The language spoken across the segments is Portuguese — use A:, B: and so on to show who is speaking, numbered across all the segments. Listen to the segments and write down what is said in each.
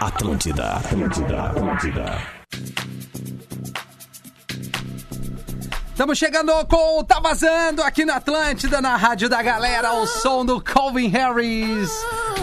A: Atlântida, Atlântida, Atlântida.
B: Estamos chegando com o Tá Vazando aqui na Atlântida, na Rádio da Galera, o som do Calvin Harris.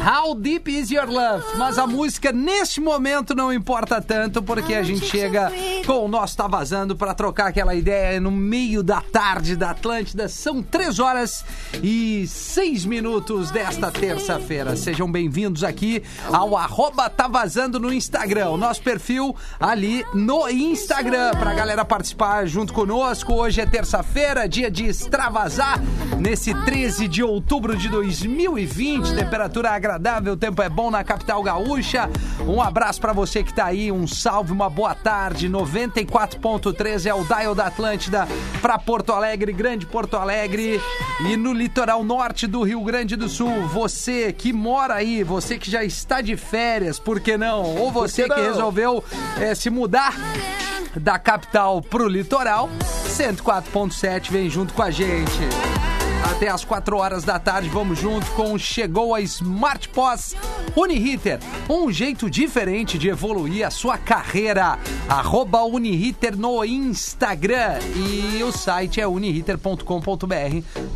B: How Deep Is Your Love? Mas a música neste momento não importa tanto, porque a gente chega com o nosso Tá Vazando para trocar aquela ideia no meio da tarde da Atlântida. São três horas e seis minutos desta terça-feira. Sejam bem-vindos aqui ao arroba Tá Vazando no Instagram, o nosso perfil ali no Instagram, para a galera participar junto conosco. Hoje é terça-feira, dia de extravasar, nesse 13 de outubro de 2020, temperatura agradável agradável, o tempo é bom na capital gaúcha. Um abraço para você que tá aí, um salve, uma boa tarde. 94.3 é o dial da Atlântida para Porto Alegre, Grande Porto Alegre e no litoral norte do Rio Grande do Sul. Você que mora aí, você que já está de férias, por que não? Ou você que,
C: não?
B: que resolveu eh, se mudar da capital pro litoral, 104.7 vem junto com a gente. Até às 4 horas da tarde, vamos junto com Chegou a Smart Pós Uniriter. Um jeito diferente de evoluir a sua carreira. Arroba Uniriter no Instagram. E o site é uniriter.com.br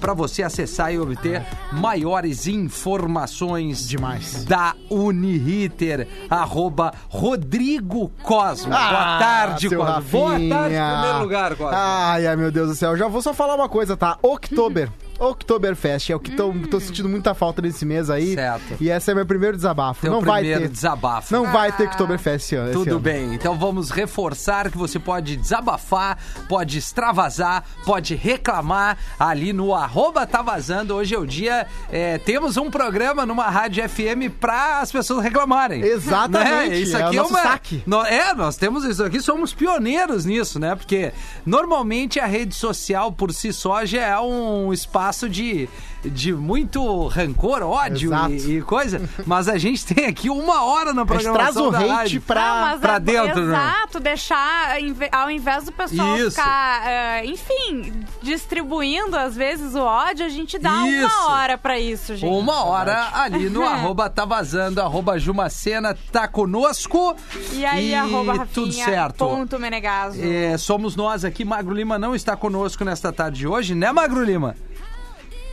B: para você acessar e obter maiores informações
C: Demais.
B: da Uniriter. Arroba Rodrigo Cosmo. Boa tarde,
C: Ah, seu
B: Cosmo. Boa tarde, em
C: Rafinha. Ah,
B: primeiro lugar, Cosmo.
C: Ai, ai, meu Deus do céu. Já vou só falar uma coisa, tá? Oktober.
B: Hum.
C: Oktoberfest. É o que tô, tô sentindo muita falta nesse mês aí.
B: Certo.
C: E esse é meu primeiro desabafo.
B: Teu
C: não vai
B: primeiro
C: ter.
B: desabafo. Ah,
C: Não vai ter Oktoberfest esse ano. esse
B: Tudo
C: ano.
B: bem, então vamos reforçar que você pode desabafar, pode extravasar, pode reclamar ali no arroba tá vazando. Hoje é o dia, é, temos um programa numa rádio FM para as pessoas reclamarem.
C: Exatamente,
B: Né? Isso
C: é o
B: aqui é,
C: nosso
B: uma...
C: saque.
B: No- é, nós temos isso aqui, somos pioneiros nisso, né? Porque normalmente a rede social por si só já é um espaço de, de muito rancor, ódio
C: Exato.
B: e, e coisa, mas a gente tem aqui uma hora na
C: A gente
B: programação
C: traz o
B: da
C: hate
B: rádio.
D: Não,
C: pra.
D: mas
B: pra
D: é-
B: dentro, né?
D: Exato, deixar, em ve- ao invés do pessoal
B: Isso.
D: ficar, eh, enfim, distribuindo às vezes o ódio, a gente dá
B: Isso.
D: uma hora pra isso, gente.
B: Uma hora ali no arroba tá vazando, arroba Jumacena tá conosco.
D: E aí, arroba Rafinha,
B: tudo certo.
D: ponto Menegaso.
B: É, somos nós aqui, Magro Lima não está conosco nesta tarde de hoje, né, Magro Lima?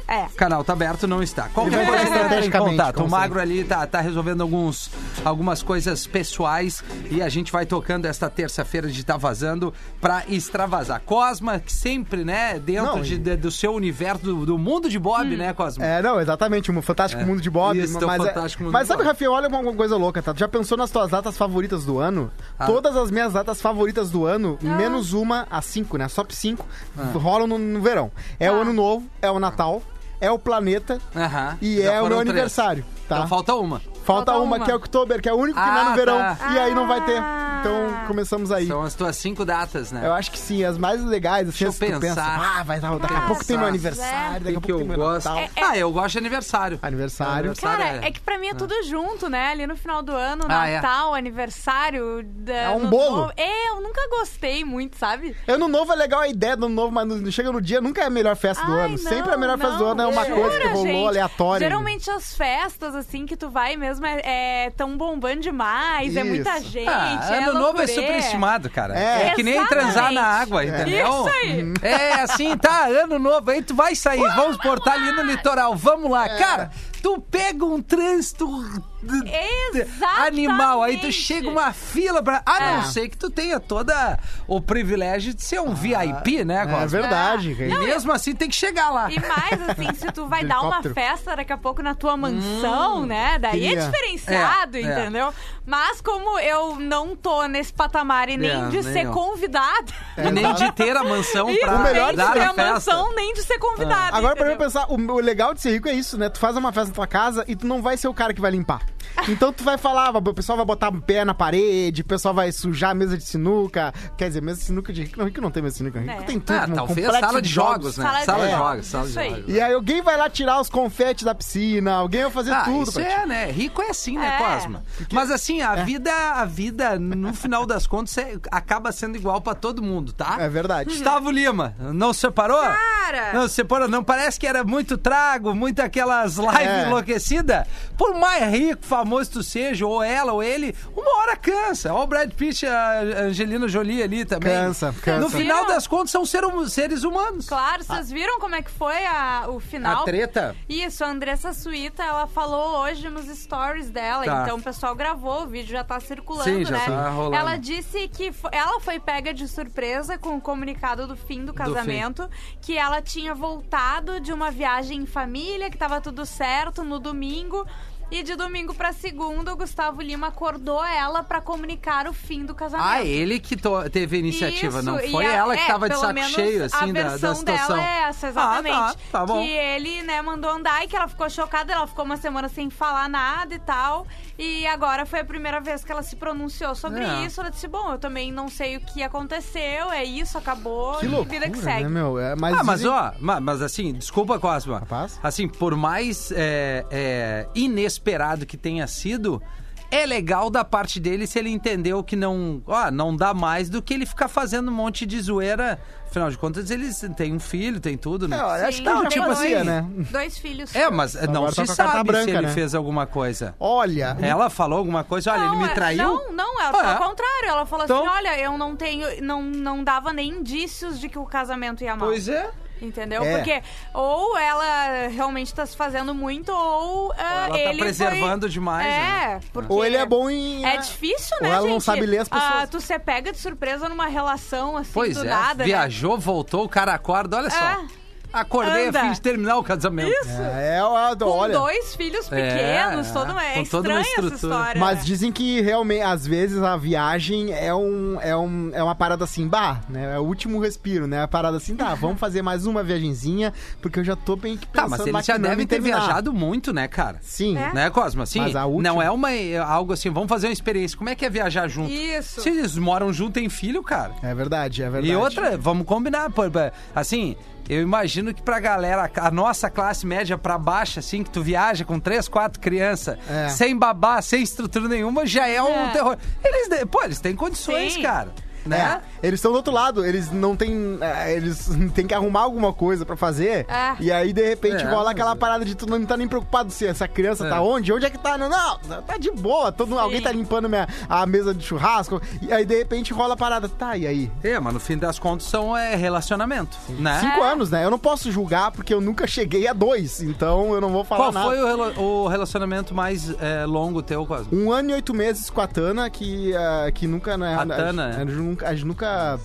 D: É.
B: O canal tá aberto, não está. Qualquer
C: Ele vai
B: coisa
C: entrar
B: entra em
C: estrategicamente,
B: contato. O
C: como
B: Magro ali tá, tá resolvendo alguns, algumas coisas pessoais e a gente vai tocando esta terça-feira de tá vazando pra extravasar. Cosma, que sempre, né, dentro
C: Não,
B: de-
C: e-
B: de- do seu universo, do, do mundo de Bob, né, Cosma?
C: É, não, exatamente. Um fantástico mundo de Bob.
B: É. Isso, teu
C: mas é-
B: Fantástico Mundo
C: mas
B: de
C: sabe,
B: Bob.
C: Rafinha, olha uma, uma coisa louca, tá? Tu Já pensou nas tuas datas favoritas do ano?
B: Ah.
C: Todas as minhas datas favoritas do ano, menos uma, as cinco, né? As top cinco,
B: Ah.
C: rolam no, no verão. É o
D: Ah.
C: ano novo, é o Natal, é o planeta
B: Aham.
C: e
B: Já
C: é
B: foram
C: o meu
B: três.
C: aniversário, tá?
B: Então falta uma.
C: Falta,
D: falta
C: uma,
D: uma.
C: que é Oktober, que é o único que não é
B: Ah,
C: no verão.
B: tá.
C: E aí não vai ter.
D: Ah.
C: Então começamos aí.
B: São as tuas cinco datas, né?
C: Eu acho que sim, as mais legais,
B: Deixa
C: assim,
B: eu
C: as que tu pensa,
B: pensar.
C: ah, vai dar, daqui a pouco tem meu aniversário, daqui a
B: que,
C: pouco
B: que eu
C: tem meu
B: gosto.
C: Natal.
D: É-
B: Ah, eu gosto de aniversário.
C: Aniversário.
D: Cara,
B: é-
D: é que pra mim é tudo junto, né? Ali no final do ano,
B: Ah, é.
D: Natal, aniversário. da-
C: É um
D: ano
C: bolo.
D: novo. É, eu nunca gostei muito, sabe?
C: Ano novo é legal a ideia do ano novo, mas no- chega no dia, nunca é a melhor festa do
D: Ai,
C: ano. Sempre
D: não,
C: a melhor festa do
D: não,
C: ano é uma
D: jura,
C: coisa que rolou
D: gente?
C: aleatória.
D: Geralmente as festas, assim, que tu vai mesmo, é, é tão bombando demais, é
C: Isso.
D: muita gente.
B: Ah,
D: é
B: ano novo é
D: loucurê.
B: superestimado, cara. É,
C: É.
B: que nem transar na
D: Exatamente.
B: água, entendeu?
D: Isso aí.
B: É assim, tá, ano novo, aí tu vai sair, vamos portar ali no litoral, vamos lá.
C: É.
B: Cara, tu pega um trânsito d- d-
D: Exatamente.
B: animal, aí tu chega uma fila pra... A não
D: É.
B: ser que tu tenha toda o privilégio de ser um VIP, né,
C: É
B: Cosma?
D: Ah,
C: verdade,
B: E
C: cara.
B: mesmo assim tem que chegar lá.
D: E mais, assim, se tu vai dar uma
C: Helicóptero.
D: festa daqui a pouco na tua mansão, né? Daí
C: queria.
D: é diferenciado,
B: Hum, É, é.
D: entendeu? Mas como eu não tô nesse patamar e nem
B: É, nem
D: de ser
B: eu.
D: convidada...
B: E nem de ter a mansão
D: E
B: pra
C: melhor
D: nem de
B: dar
D: ter
B: a
D: a
B: festa.
D: mansão, nem de ser convidada.
C: É. Agora, pra mim
D: entendeu?
C: pensar, o, o legal de ser rico é isso, né? Tu faz uma festa na tua casa e tu não vai ser o cara que vai limpar. Então tu vai falar, o pessoal vai botar um pé na parede, o pessoal vai sujar a mesa de sinuca. Quer dizer, mesa de sinuca de rico, não, rico não tem mesa de sinuca, rico
D: É.
C: tem tudo.
B: Ah,
C: um
B: talvez
C: complexo
B: sala de jogos, né?
D: Sala de
B: Sala de
C: jogos.
B: jogos, sala de
D: Isso aí.
B: jogos.
C: E aí alguém vai lá tirar os confetes da piscina, alguém vai fazer
B: Ah,
C: tudo.
B: isso
C: pra ti.
B: é, né? Rico é assim, né,
D: É.
B: Cosma? Mas assim,
C: é.
B: a vida, a vida, no final das contas, é- acaba sendo igual pra todo mundo, tá?
C: É verdade.
D: Uhum.
B: Gustavo Lima, não separou?
D: Cara!
B: Não separou, não parece que era muito trago, muito aquelas lives
C: É.
B: enlouquecidas? Por mais rico, famoso tu seja, ou ela, ou ele, uma hora cansa. Olha o Brad Pitt e a Angelina Jolie ali também.
C: Cansa, cansa.
B: No final
D: Viram?
B: das contas, são ser hum- seres humanos.
D: Claro, vocês viram como é que foi a- o final?
B: Ah. A treta?
D: Isso, a Andressa Suíta, ela falou hoje nos stories dela.
B: Tá.
D: Então o pessoal gravou, o vídeo já tá circulando,
B: Sim, já
D: né?
B: tá rolando.
D: Ela disse que fo- ela foi pega de surpresa com o comunicado do fim do casamento, que ela tinha voltado de uma viagem em família, que tava tudo certo no domingo. E de domingo pra segunda, o Gustavo Lima acordou ela pra comunicar o fim do casamento.
B: Ah, ele que to- teve a iniciativa, não
D: Isso,
B: foi
D: e a-
B: ela que
D: é,
B: tava de
D: pelo
B: saco
D: menos
B: cheio, assim,
D: a
B: da, da
D: versão
B: situação.
D: dela é essa, exatamente.
B: Ah, tá, tá bom.
D: Que ele, né, mandou andar e que ela ficou chocada, ela ficou uma semana sem falar nada e tal. E agora foi a primeira vez que ela se pronunciou sobre
B: É.
D: isso. Ela disse, bom, eu também não sei o que aconteceu, é isso, acabou,
C: Que
D: e
C: loucura,
D: vida que
C: né,
D: segue.
C: meu? É, mas
B: Ah, mas
C: dizem-
B: ó, ma- mas assim, desculpa, Cosma.
C: Rapaz?
B: Assim, por mais é, é, inesperado que tenha sido, é legal da parte dele se ele entendeu que não, ó, não dá mais do que ele ficar fazendo um monte de zoeira. Afinal de contas, eles têm um filho, tem tudo, né?
C: É, olha, acho
D: Sim, é.
C: que ele
B: Não,
C: já
B: tipo
C: fazia,
B: assim,
C: né?
D: Dois filhos.
B: É, mas não
C: agora
B: se
C: tá com a carta
B: sabe se
C: branca,
B: ele
C: né?
B: fez alguma coisa.
C: Olha,
B: Ela falou alguma coisa, olha,
D: Não,
B: ele me
D: é-
B: traiu.
D: Não, não, ela
B: Ah,
D: foi
B: é.
D: ao contrário. Ela falou
B: Então-
D: assim: olha, eu não tenho. Não, não dava nem indícios de que o casamento ia mal.
B: Pois é.
D: Entendeu?
C: É.
D: Porque ou ela realmente tá se fazendo muito, ou, ah,
B: ela tá
D: ele
B: preservando
D: foi-
B: demais,
D: É,
B: né?
D: porque.
C: ou ele é bom em...
D: É difícil, né,
C: Ou ela
D: gente?
C: não sabe ler as pessoas.
D: Ah, tu se pega de surpresa numa relação assim
B: Pois
D: do
B: é,
D: nada, né?
B: viajou, voltou, o cara acorda, olha
D: É.
B: só. Acordei
D: Anda.
B: a fim de terminar o casamento.
D: Isso.
C: É, ó,
D: Com
C: olha...
D: dois filhos pequenos,
B: é,
D: todo uma, é
B: com toda
D: estranha
B: uma
D: essa
B: estrutura.
D: história.
C: Mas dizem que realmente, às vezes, a viagem é, um, é, um, é uma parada assim, bah, né? É o último respiro, né? A parada assim, tá, vamos fazer mais uma viagenzinha, porque eu já tô bem que
B: Tá,
C: pensando
B: mas
C: lá
B: eles
C: que
B: já
C: não vai
B: devem ter
C: terminar.
B: viajado muito, né, cara?
C: Sim.
D: É.
B: Né, Cosma? Assim,
C: Mas a última-
B: Não é uma, é algo assim, vamos fazer uma experiência. Como é que é viajar junto?
D: Isso.
B: Se eles moram junto, tem filho, cara.
C: É verdade, é verdade.
B: E outra, vamos combinar. pô, pô, Assim, eu imagino que pra galera, a nossa classe média pra baixa, assim, que tu viaja com três, quatro crianças,
C: É.
B: sem babá, sem estrutura nenhuma, já é um
D: É.
B: terror. Eles, de- pô, eles têm condições,
D: Sim.
B: cara. Né?
C: Né? Eles estão do outro lado, eles não têm. é, Eles têm que arrumar alguma coisa pra fazer.
D: É.
C: E aí, de repente,
B: É.
C: rola aquela parada de tu não tá nem preocupado se essa criança
B: É.
C: tá onde, onde é que tá. Não, não, tá de boa. Todo, alguém tá limpando minha, a mesa de churrasco. E aí, de repente, rola a parada. Tá, e aí?
B: É, mas no fim das contas são é, relacionamento, né?
C: Cinco anos, né? Eu não posso julgar porque eu nunca cheguei a dois. Então eu não vou falar
B: Qual
C: nada.
B: foi o, relo- o relacionamento mais é, longo teu, Cosmo?
C: Um ano e oito meses com a Tana, que, ah, que nunca, né?
B: A Tana? é.
C: A, gente nunca- a gente nunca.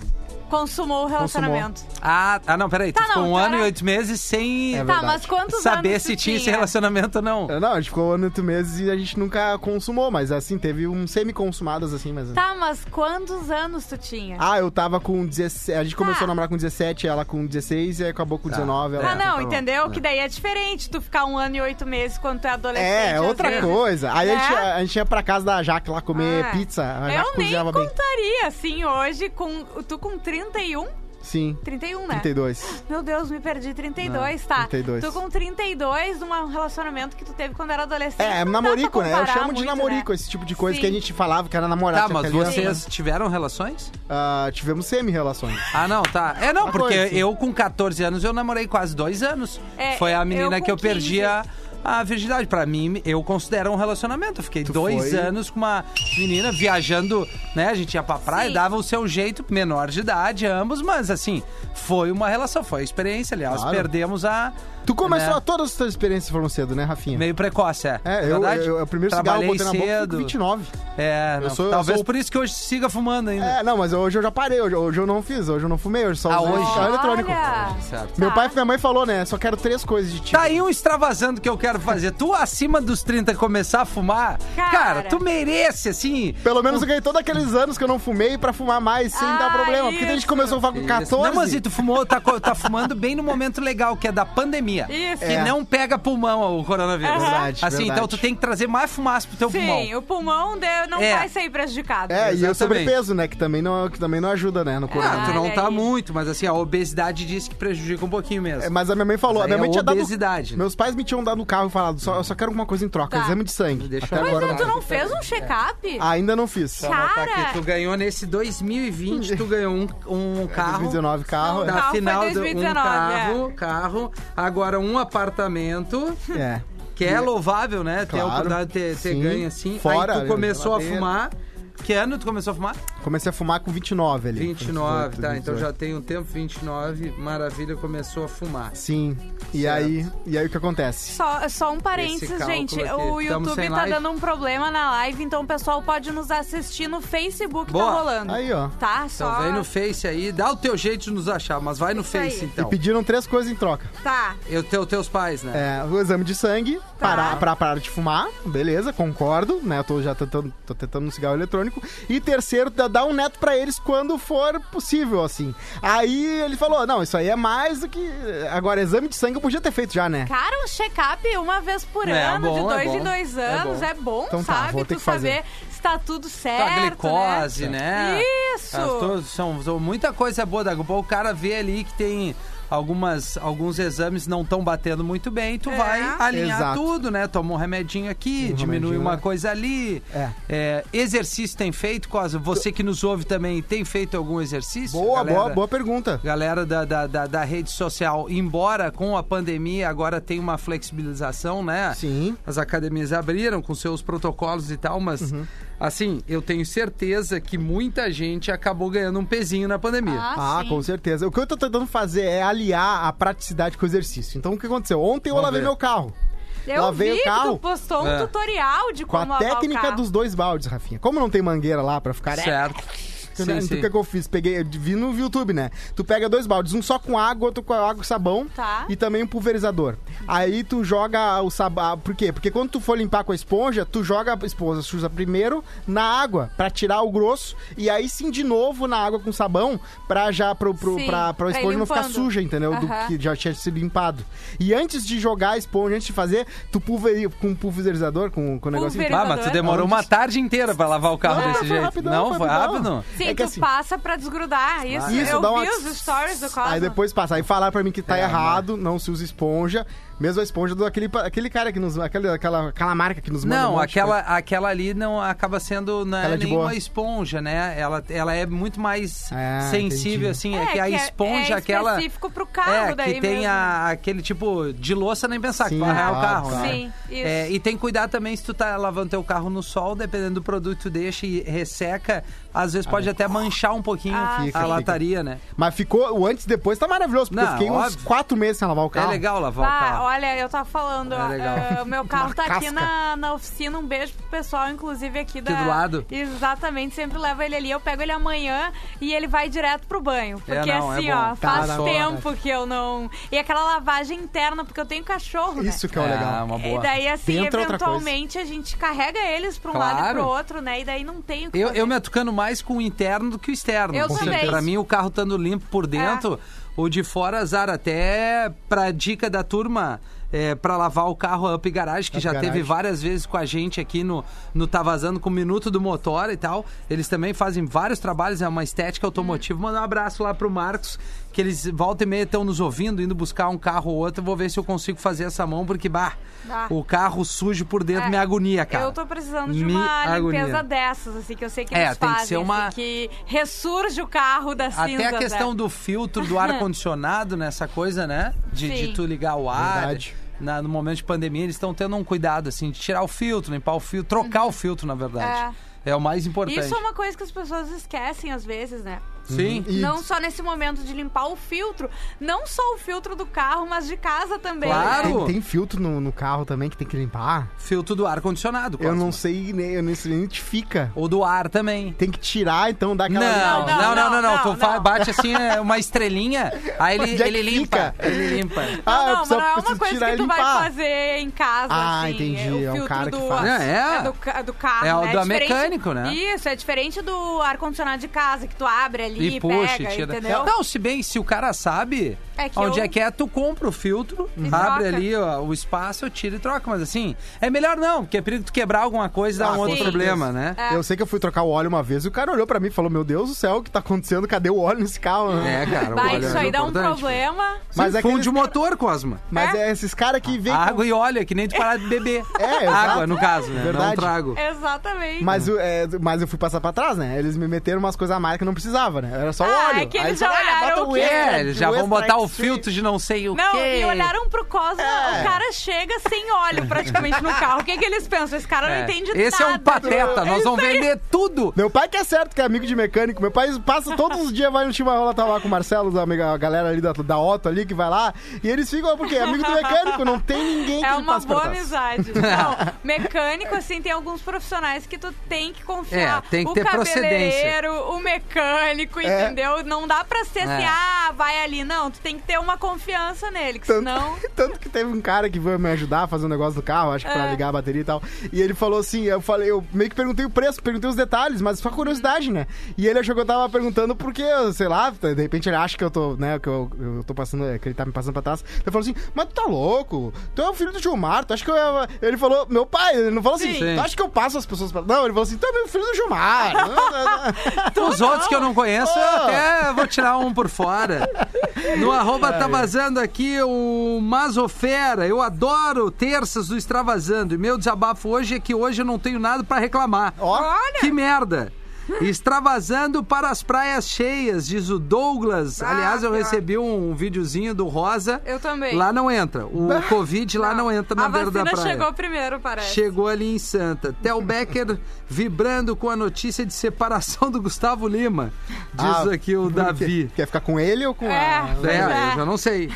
D: Consumou o relacionamento.
B: Ah, ah não, peraí. Tu
D: Tá,
B: ficou
D: não,
B: um
D: tu
B: ano e
D: era-
B: oito meses sem
C: É
D: Tá,
C: verdade.
D: mas quantos
B: saber
D: anos
B: se
D: tu
B: tinha esse
D: tinha?
B: relacionamento ou não.
C: Não, a gente ficou um ano e oito meses e a gente nunca consumou, mas assim, teve um semi-consumadas assim, mas.
D: Tá, mas quantos anos tu tinha?
C: Ah, eu tava com 17. A gente começou
D: Tá.
C: a namorar com 17, ela com 16 e acabou com 19. Ela...
D: Ah, não,
B: tá bom.
D: entendeu?
B: É.
D: Que daí é diferente tu ficar um ano e oito meses quando tu é adolescente.
C: É,
D: às
C: outra
D: vezes.
C: coisa. Aí a,
D: Né?
C: gente, a gente ia pra casa da Jaque lá comer
D: Ah.
C: pizza. A Jaque
D: Eu nem
C: cozinhava bem.
D: contaria, assim, hoje, com tu com 31?
C: Sim.
D: 31, né?
C: 32.
D: Meu Deus, me perdi. 32,
C: Não,
D: tá.
C: 32.
D: Tu com 32 num relacionamento que tu teve quando era adolescente.
C: É,
D: não dá pra
C: namorico, né? Eu
D: comparar
C: chamo de
D: muito,
C: namorico
D: né?
C: esse tipo de coisa
D: Sim.
C: que a gente falava que era namorado.
B: Tá,
C: tinha
B: mas
C: aquela
B: vocês tiveram relações?
C: Ah, tivemos semi-relações.
B: Ah, não, tá. É, não,
C: Uma
B: porque
C: coisa, sim.
B: eu com 14 anos, eu namorei quase dois anos.
D: É,
B: Foi a menina
D: eu com
B: que eu perdi
D: 15.
B: a, a virgindade. Pra mim, eu considero um relacionamento. Eu fiquei dois
C: foi?
B: anos com uma menina viajando, né? A gente ia pra praia,
D: Sim.
B: dava o seu jeito, menor de idade, ambos. Mas, assim, foi uma relação, foi uma experiência. Aliás,
C: Claro.
B: perdemos a...
C: Tu começou,
B: né,
C: a todas as tuas experiências foram cedo, né, Rafinha?
B: Meio precoce, é.
C: É, eu,
B: Verdade?
C: eu, eu, o primeiro cigarro que eu
B: Trabalhei
C: botei na boca foi com
B: cedo.
C: 29.
B: É, não,
C: sou- eu
B: talvez
C: sou-
B: por isso que hoje siga fumando ainda.
C: É, não, mas hoje eu já parei, hoje, hoje eu não fiz, hoje eu não fumei, hoje só
B: Ah,
C: usei
B: hoje?
C: cigarro eletrônico.
D: Olha. tá.
B: Certo.
C: Meu pai e minha mãe falou, né? Só quero três coisas de ti.
B: Tá aí um extravasando que eu quero fazer. Tu, acima dos 30, começar a fumar, cara,
D: Cara.
B: tu merece, assim.
C: Pelo menos eu ganhei todos aqueles anos que eu não fumei pra fumar mais sem
D: Ah,
C: dar problema. Porque daí a gente
D: isso.
C: começou a falar com 14.
B: É, Não, mas e tu fumou, tá, co- tá fumando bem no momento legal, que é da pandemia.
D: Isso.
B: Que
D: É.
B: não pega pulmão o coronavírus.
C: Verdade,
B: Assim,
C: verdade.
B: então tu tem que trazer mais fumaça pro teu pulmão.
D: Sim, o pulmão de- não
B: É.
D: vai sair prejudicado.
C: É, e
B: Exatamente.
C: o sobrepeso, né? Que também não, que também não ajuda, né? No corpo.
B: Ah, tu não
D: Olha
B: tá
D: aí.
B: muito, mas assim, a obesidade diz que prejudica um pouquinho mesmo.
C: É, Mas a minha mãe falou,
B: Mas
C: a minha
B: aí
C: mãe
B: é
C: tinha dado.
B: obesidade.
C: Meus pais me tinham dado no carro e falado, só, eu só quero alguma coisa em troca,
D: Tá.
C: exame de sangue.
B: Deixa
C: Até
B: eu-
C: agora.
D: Mas tu não fez um check-up?
C: Ainda não fiz.
D: Tá.
B: Vou anotar
D: cara.
B: aqui, tu ganhou nesse 2020, tu ganhou um,
C: É,
B: um carro.
C: 2019 carro.
D: Não,
B: Na
D: carro foi
B: final, do-
D: 2019,
B: um carro, carro, agora um apartamento,
C: É.
B: que que é louvável, né? Ter a
C: Claro,
B: oportunidade de ter, ter
C: sim.
B: ganho assim.
C: Fora,
B: Aí tu começou a
C: geladeira.
B: fumar. Que ano tu começou a fumar?
C: Comecei a fumar com 29 ali.
B: 29,
C: 18,
B: tá? Então
C: 18.
B: já tem um tempo, 29, maravilha, começou a fumar.
C: Sim. E
B: Certo.
C: aí, e aí o que acontece?
D: Só, só um parênteses,
B: Esse cálculo
D: gente.
B: aqui.
D: O
B: Tamo
D: YouTube
B: sem
D: tá
B: live?
D: dando um problema na live, então o pessoal pode nos assistir no Facebook,
B: Boa.
D: tá rolando.
C: Aí, ó.
D: Tá,
B: Então
D: só.
B: vem no Face aí, dá o teu jeito de nos achar, mas vai no
D: Isso
B: Face
D: aí.
B: então.
C: Pediram três coisas em troca.
D: Tá.
B: Eu tenho teus pais, né?
C: É, o exame de sangue, parar, pra parar de fumar, beleza, concordo, né? Eu tô já tentando, tô tentando um cigarro eletrônico. E terceiro, dá- dar um neto pra eles quando for possível, assim. Aí ele falou: não, isso aí é mais do que. Agora, exame de sangue eu podia ter feito já, né?
D: Cara, um check-up uma vez por
B: É,
D: ano,
B: bom,
D: de
B: é
D: dois
B: bom.
D: em dois
B: É
D: anos,
B: bom.
D: é bom,
C: Então tá,
D: sabe?
C: vou ter
D: tu
C: que fazer.
D: saber se tá tudo certo.
B: a glicose, né?
D: Isso!
B: As to- são, são muita coisa boa da culpa. O cara vê ali que tem algumas, alguns exames não estão batendo muito bem, tu
D: É.
B: vai alinhar
C: Exato.
B: tudo, né? Toma um remedinho aqui,
C: Um
B: diminui
C: remedinho,
B: uma
C: né?
B: coisa ali.
C: É.
B: É, exercício tem feito, Cosa? Você que nos ouve também, tem feito algum exercício?
C: Boa,
B: galera?
C: boa, boa pergunta.
B: Galera da, da, da, da rede social, embora com a pandemia agora tem uma flexibilização, né?
C: Sim.
B: As academias abriram com seus protocolos e tal, mas
C: Uhum.
B: assim, eu tenho certeza que muita gente acabou ganhando um pezinho na pandemia.
D: Ah,
C: Ah,
D: sim.
C: com certeza. O que eu tô tentando fazer é aliar a praticidade com o exercício. Então, o que aconteceu? Ontem eu
B: Vamos
C: lavei
B: ver.
C: meu carro.
D: Eu
C: Lá veio
D: vi
C: o
D: que
C: carro.
D: tu postou um
B: É.
D: tutorial de
C: Com
D: como
C: a
D: lavar o
C: técnica
D: carro.
C: dos dois baldes, Rafinha. Como não tem mangueira lá pra ficar...
B: Certo.
C: Eu- então,
B: Sim, sim.
C: O que, que eu fiz? Peguei, eu vi no YouTube, né? Tu pega dois baldes, um só com água, outro com água e sabão.
D: Tá.
C: E também um pulverizador. Aí tu joga o sabão. ah, Por quê? Porque quando tu for limpar com a esponja, tu joga a esponja suja primeiro na água, pra tirar o grosso. E aí sim, de novo na água com sabão, pra já pro, pro,
D: Sim,
C: pra, pra
D: pra ir
C: esponja não ficar
D: limpando.
C: suja, entendeu? Do
D: Aham.
C: que já tinha sido limpado. E antes de jogar a esponja, antes de fazer, tu pulveriza com um pulverizador, com, com o negócio.
D: Pulveri-
B: Ah, mas tu demorou uma tarde inteira pra lavar o carro
C: Não,
B: desse
C: foi
B: jeito.
C: rapidão,
B: não,
C: foi
B: foi
C: rapidão.
B: rápido.
D: Sim,
C: É que
D: tu
C: assim-
D: passa pra
B: Ah,
D: desgrudar. Isso,
C: Isso,
D: eu
C: dá
D: vi
C: uma...
D: os stories do Cosmo.
C: Aí depois passa. Aí falaram pra mim que tá
B: É,
C: errado, não se usa esponja. Mesmo a esponja do aquele, pa- aquele cara que nos... Aquele, aquela, aquela marca que nos manda um
B: Não,
C: monte de
B: aquela, aquela ali não acaba sendo não é
C: Ela é de
B: nenhuma
C: boa.
B: esponja, né? Ela, ela é muito mais
C: Ah,
B: sensível, assim.
C: entendi.
B: É, que a esponja,
D: é
B: aquela.
D: específico pro carro
B: É,
D: daí
B: que tem
D: mesmo.
B: a- aquele tipo de louça nem pensar, que
C: Sim,
B: vai arranhar o
C: claro,
B: carro, né?
C: claro.
D: Sim, isso.
B: É, e tem que cuidar também se tu tá lavando teu carro no sol, dependendo do produto que tu deixa e resseca, às vezes pode até manchar um pouquinho
D: Ah,
B: a
C: Ah, Fica, fica.
B: lataria, né?
C: Mas ficou... O antes e depois tá maravilhoso, porque
B: Não,
C: eu fiquei uns
B: óbvio.
C: quatro meses sem lavar o carro.
B: É legal lavar o
D: Ah,
B: carro.
D: olha, eu tava falando,
B: É legal.
D: ah, o meu carro
C: Uma
D: tá aqui
C: casca.
D: na, na oficina, um beijo pro pessoal, inclusive aqui da...
B: do lado.
D: Exatamente, sempre levo ele ali, eu pego ele amanhã e ele vai direto pro banho.
B: É,
D: Porque
B: não, é
D: assim,
B: bom.
D: ó, faz
B: Tá na hora.
D: tempo que eu não... E aquela lavagem interna, porque eu tenho cachorro,
C: Isso
D: né?
C: que é o
B: Ah,
C: legal.
B: uma
D: E
B: boa.
D: daí, assim,
C: Dentro é outra coisa.
D: eventualmente a gente carrega eles pra um lado e
B: Claro.
D: pro outro, né? E daí não tem o que
B: Eu,
D: fazer.
B: eu me atucando mais com o interno do que o externo.
D: Eu
B: assim.
D: também. É.
B: Pra mim, o carro estando limpo por dentro, o de fora, azar. Até pra dica da turma, é, pra lavar o carro Up Garage, que
C: Up
B: já
C: Garage.
B: teve várias vezes com a gente aqui no, no Tá Vazando, com o Minuto do Motor e tal. Eles também fazem vários trabalhos, é uma estética automotiva.
D: Hum.
B: Mandar um abraço lá pro Marcos, que eles volta e meia estão nos ouvindo, indo buscar um carro ou outro. Vou ver se eu consigo fazer essa mão, porque, bah,
D: Dá.
B: o carro sujo por dentro
D: É,
B: me agonia, cara.
D: Eu tô precisando de
B: Me
D: uma limpeza
B: agonia.
D: dessas, assim, que eu sei que
B: É,
D: eles
B: tem que
D: fazem,
B: ser uma-
D: assim, que ressurge o carro da cinza.
B: Até a questão do filtro do ar-condicionado, nessa coisa, né? De, de
D: Sim.
B: tu ligar o ar.
C: Verdade.
B: na- no momento de pandemia, eles estão tendo um cuidado, assim, de tirar o filtro, limpar o filtro, trocar o filtro, na verdade. É, o mais importante.
D: Isso Uhum. é uma coisa que as pessoas esquecem às vezes, né?
B: Sim.
C: E-
D: Não só nesse momento de limpar o filtro, não só o filtro do carro, mas de casa também.
B: Claro.
D: né?
C: Tem, tem filtro no, no carro também que tem que limpar?
B: Filtro do ar-condicionado,
C: Eu não
B: Cosma.
C: sei, nem, eu nem sei nem onde fica.
B: Ou do ar também.
C: Tem que tirar, então, dar
B: Não,
C: aquela...
B: não,
D: não,
B: não, não, não.
D: não,
B: Tu
D: não.
B: fa- bate assim é, uma estrelinha, aí ele,
C: Onde é
B: ele
C: que
B: limpa.
C: fica?
B: Ele limpa.
D: Não, não,
C: Ah, eu
D: mas
C: só
D: não é uma
C: preciso
D: coisa
C: tirar
D: que
C: e
D: tu vai
C: limpar.
D: fazer em casa.
C: Ah,
D: assim,
C: entendi,
D: o
C: é o
D: filtro
C: cara que
D: do,
C: faz.
B: É, é.
D: do, ca- do carro.
B: É o
D: né?
B: do
D: diferente-
B: mecânico, né?
D: Isso, é diferente do ar-condicionado de casa, que tu abre ali,
B: E puxa,
D: pega,
B: tira.
D: entendeu?
C: Então,
B: Não, se bem, se o cara sabe
D: É que
B: onde
D: eu-
B: é que é, tu compra o filtro,
D: E
B: abre
D: troca.
B: ali ó, o espaço, tira e troca. Mas assim, é melhor não, porque é perigo tu quebrar alguma coisa e dar
C: Ah,
B: um outro
D: sim.
B: problema, né?
D: É.
C: Eu sei que eu fui trocar o óleo uma vez e o cara olhou pra mim e falou: Meu Deus do céu, o que tá acontecendo? Cadê o óleo nesse carro?
B: É, cara,
D: Bah,
B: o óleo
D: isso
B: é
D: aí dá um
B: importante.
D: problema.
B: Mas
C: Mas
B: é
C: aqueles-
B: funde o motor, Cosma.
C: Mas é esses caras que vêm. com-
B: Água e óleo, é que nem tu parar de beber.
C: É, exato.
B: Água, no caso, né? Não
C: Verdade.
B: trago.
D: Exatamente.
C: Mas o- é, mas eu fui passar pra trás, né? Eles me meteram umas coisas a mais que não precisava, né? Era só o
D: Ah,
C: óleo.
D: é que
C: Aí
D: eles já
C: falaram,
D: olharam
C: bota
D: o
C: um
D: quê?
C: extra,
B: É, eles já
C: um
B: vão
C: extra
B: botar o
C: extreme.
B: filtro de não sei o
D: Não,
B: quê.
D: e olharam pro Cosmo,
C: É.
D: o cara chega sem óleo praticamente no carro. O que, que eles pensam? Esse cara não
B: É.
D: entende
B: Esse
D: nada.
B: é um pateta, nós vamos vender tudo.
C: Meu pai que é certo, que é amigo de mecânico. Meu pai passa todos os dias, vai no chimarrão lá, tá lá com o Marcelo, da amiga, a galera ali da, da Otto ali, que vai lá. E eles ficam, porque é amigo do mecânico, não tem ninguém que
D: É
C: ele
D: uma
C: passe pra
D: boa
C: trás.
D: amizade. Não, mecânico, assim, tem alguns profissionais que tu tem que confiar.
B: É, tem que
D: o
B: ter
D: cabeleireiro, o mecânico,
C: É.
D: entendeu? Não dá pra ser assim,
B: É.
D: ah, vai ali. Não, tu tem que ter uma confiança nele, que
C: Tanto,
D: senão...
C: tanto que teve um cara que veio me ajudar a fazer um negócio do carro, acho que pra
D: É.
C: ligar a bateria e tal. E ele falou assim: eu falei, eu meio que perguntei o preço, perguntei os detalhes, mas só curiosidade, né? E ele achou que eu tava perguntando porque, sei lá, de repente ele acha que eu tô, né, que eu, eu tô passando, que ele tá me passando pra trás. Ele falou assim: mas tu tá louco? Tu é o filho do Gilmar, tu acha que eu. ia-" Ele falou, meu pai, ele não falou assim,
B: Sim.
C: tu acha que eu passo as pessoas pra. Não, ele falou assim: tu é o filho do Gilmar.
B: Os outros que eu não conheço, eu
C: Ah.
B: até vou tirar um por fora. No arroba tá vazando aqui o Masofera. Eu adoro terças do Extravasando. E meu desabafo hoje é que hoje eu não tenho nada pra reclamar.
C: Ó,
D: Olha!
B: Que merda! Extravasando para as praias cheias, diz o Douglas.
D: Ah,
B: Aliás, eu
D: pior.
B: recebi um videozinho do Rosa.
D: Eu também.
B: Lá não entra. O Covid lá não, entra na
D: A
B: beira da
D: vacina
B: praia.
D: chegou primeiro, parece.
B: Chegou ali em Santa. Tel Becker vibrando com a notícia de separação do Gustavo Lima. Diz
C: Ah,
B: aqui o
C: por quê?
B: Davi.
C: Quer ficar com ele ou com
D: É.
C: a.
B: É,
D: é.
B: eu já não sei.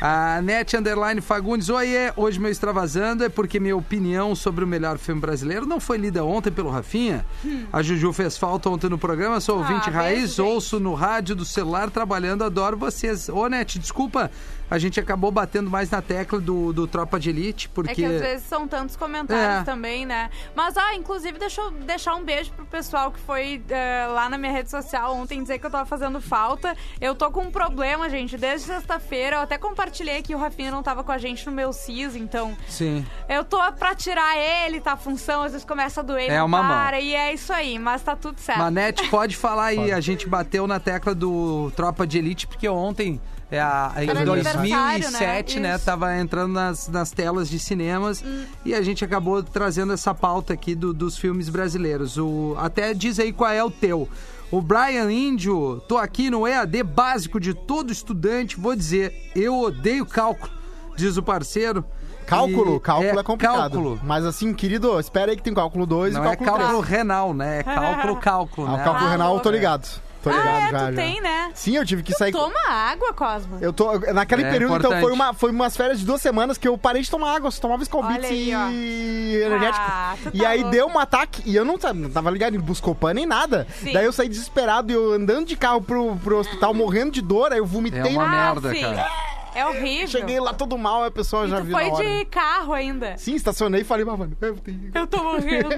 B: A Net Underline Fagundes, oiê, hoje meu extravasando é porque minha opinião sobre o melhor filme brasileiro não foi lida ontem pelo Rafinha. A Juju fez falta ontem no programa, sou ouvinte
D: Hum. Ah,
B: raiz,
D: beijo, gente.
B: ouço no rádio do celular trabalhando, adoro vocês. Ô, Net, desculpa, a gente acabou batendo mais na tecla do, do Tropa de Elite, porque...
D: É que às vezes são tantos comentários
B: É.
D: também, né? Mas, ah, inclusive, deixa eu deixar um beijo pro pessoal que foi eh, lá na minha rede social ontem dizer que eu tava fazendo falta. Eu tô com um problema, gente, desde sexta-feira. Eu até compartilhei que o Rafinha não tava com a gente no meu CIS, então
B: Sim.
D: eu tô pra tirar ele, tá? A função, às vezes começa a doer,
B: É
D: não
B: uma mão. né?
D: para. E é isso aí, mas tá tudo certo.
B: Manete, pode falar aí. A gente bateu na tecla do Tropa de Elite, porque ontem, é a, em
D: Era aniversário,
B: 2007,
D: né?
B: né?
D: Isso. Hum.
B: Tava entrando nas, nas telas de cinemas e a gente acabou trazendo essa pauta aqui do- dos filmes brasileiros. O, até diz aí qual é o teu. O Brian Índio, tô aqui no EAD básico de todo estudante, vou dizer, eu odeio cálculo, diz o parceiro.
C: Cálculo,
B: E-
C: cálculo é, complicado.
B: Cálculo.
C: Mas assim, querido, espera aí que tem cálculo 2 e
B: Não é
C: cálculo 3.
B: cálculo renal, né? É cálculo, cálculo,
C: Ah, o
B: né?
C: cálculo
D: Ah,
C: renal eu tô
D: louco.
C: ligado. Tô ligado
D: ah, é,
C: já,
D: tu
C: já.
D: tem, né?
C: Sim, eu tive que sair.
D: Toma água, Cosmo.
C: Eu tô. Naquele
B: É
C: período, então,
B: importante.
C: foi, uma, foi umas férias de duas semanas que eu parei de tomar água, só tomava
D: Olha
C: Scalbits
D: aí, ó.
C: e energético.
D: Ah, tu
C: e
D: tá
C: aí
D: louco.
C: deu um ataque e eu não tava, não tava ligado em Buscopan nem nada.
D: Sim.
C: Daí eu saí desesperado e eu andando de carro pro, pro hospital morrendo de dor, aí eu
B: É
C: vomitei.
B: uma
D: Ah,
B: merda,
D: sim.
B: cara.
D: É horrível.
C: Cheguei lá todo mal, a pessoa
D: E
C: já
D: tu
C: viu
D: foi
C: na hora.
D: de carro ainda.
C: Sim, estacionei e falei, "Mas, mano, eu tenho...
D: Eu tô morrendo.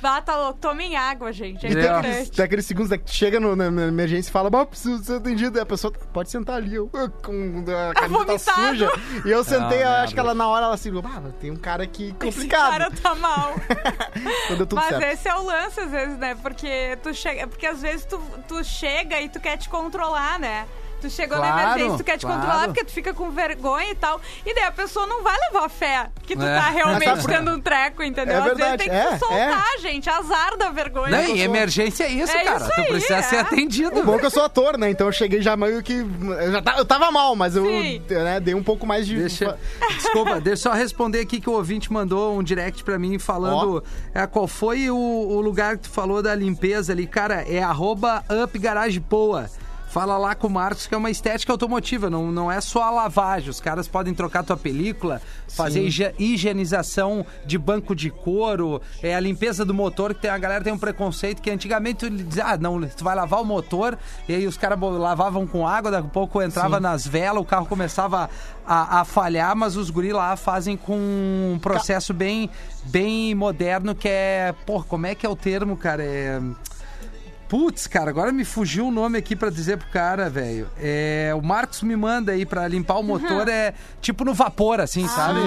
D: Bata louco, tomem água, gente. É
C: E tem
B: Verdade.
C: aqueles,
D: importante.
C: tem aqueles segundos né, que chega no- na, na emergência e fala, "Bah, eu preciso ser atendido. E a pessoa pode sentar ali, eu eu com a camisa
D: Tá Vomitado.
C: suja. E eu sentei, eu
B: Ah, merda.
C: acho que ela na hora ela se ligou, ah, tem um cara aqui
D: Esse
C: complicado.
D: cara tá mal.
C: Então deu tudo
D: Mas
C: certo.
D: esse é o lance, às vezes, né? Porque tu chega. Porque às vezes tu, tu chega e tu quer te controlar, né? Tu chegou na
B: Claro,
D: emergência, tu quer te
B: claro.
D: controlar porque tu fica com vergonha e tal. E daí a pessoa não vai levar fé que tu
B: É.
D: tá
C: Mas
D: realmente
C: sabe-
D: tendo um treco, entendeu?
C: É
D: às
C: verdade,
D: vezes tem
C: é,
D: que se soltar, gente. Azar da vergonha.
B: Não, e emergência é isso,
D: É
B: cara.
D: isso
B: tu
D: aí,
B: precisa
D: é.
B: ser atendido.
C: O bom é que eu sou ator, né? Então eu cheguei já meio que. Eu, já tava, eu tava mal, mas eu
D: Sim.
C: né, dei um pouco mais de.
B: Deixa, desculpa, deixa eu só responder aqui que o ouvinte mandou um direct pra mim falando é, qual foi o, o lugar que tu falou da limpeza ali. Cara, é arroba upgaragepoa. Fala lá com o Marcos que é uma estética automotiva, não, não é só a lavagem. Os caras podem trocar tua película, fazer hige- higienização de banco de couro, é a limpeza do motor, que tem, a galera tem um preconceito que antigamente tu dizia, ah, não, tu vai lavar o motor, e aí os caras bo- lavavam com água, daqui a pouco entrava nas velas, o carro começava a, a falhar, mas os guri lá fazem com um processo bem, bem moderno que é. Pô, como é que é o termo, cara? É. Putz, cara, agora me fugiu o nome aqui pra dizer pro cara, velho. É, o Marcos me manda aí pra limpar o motor, é tipo no vapor, assim, sabe?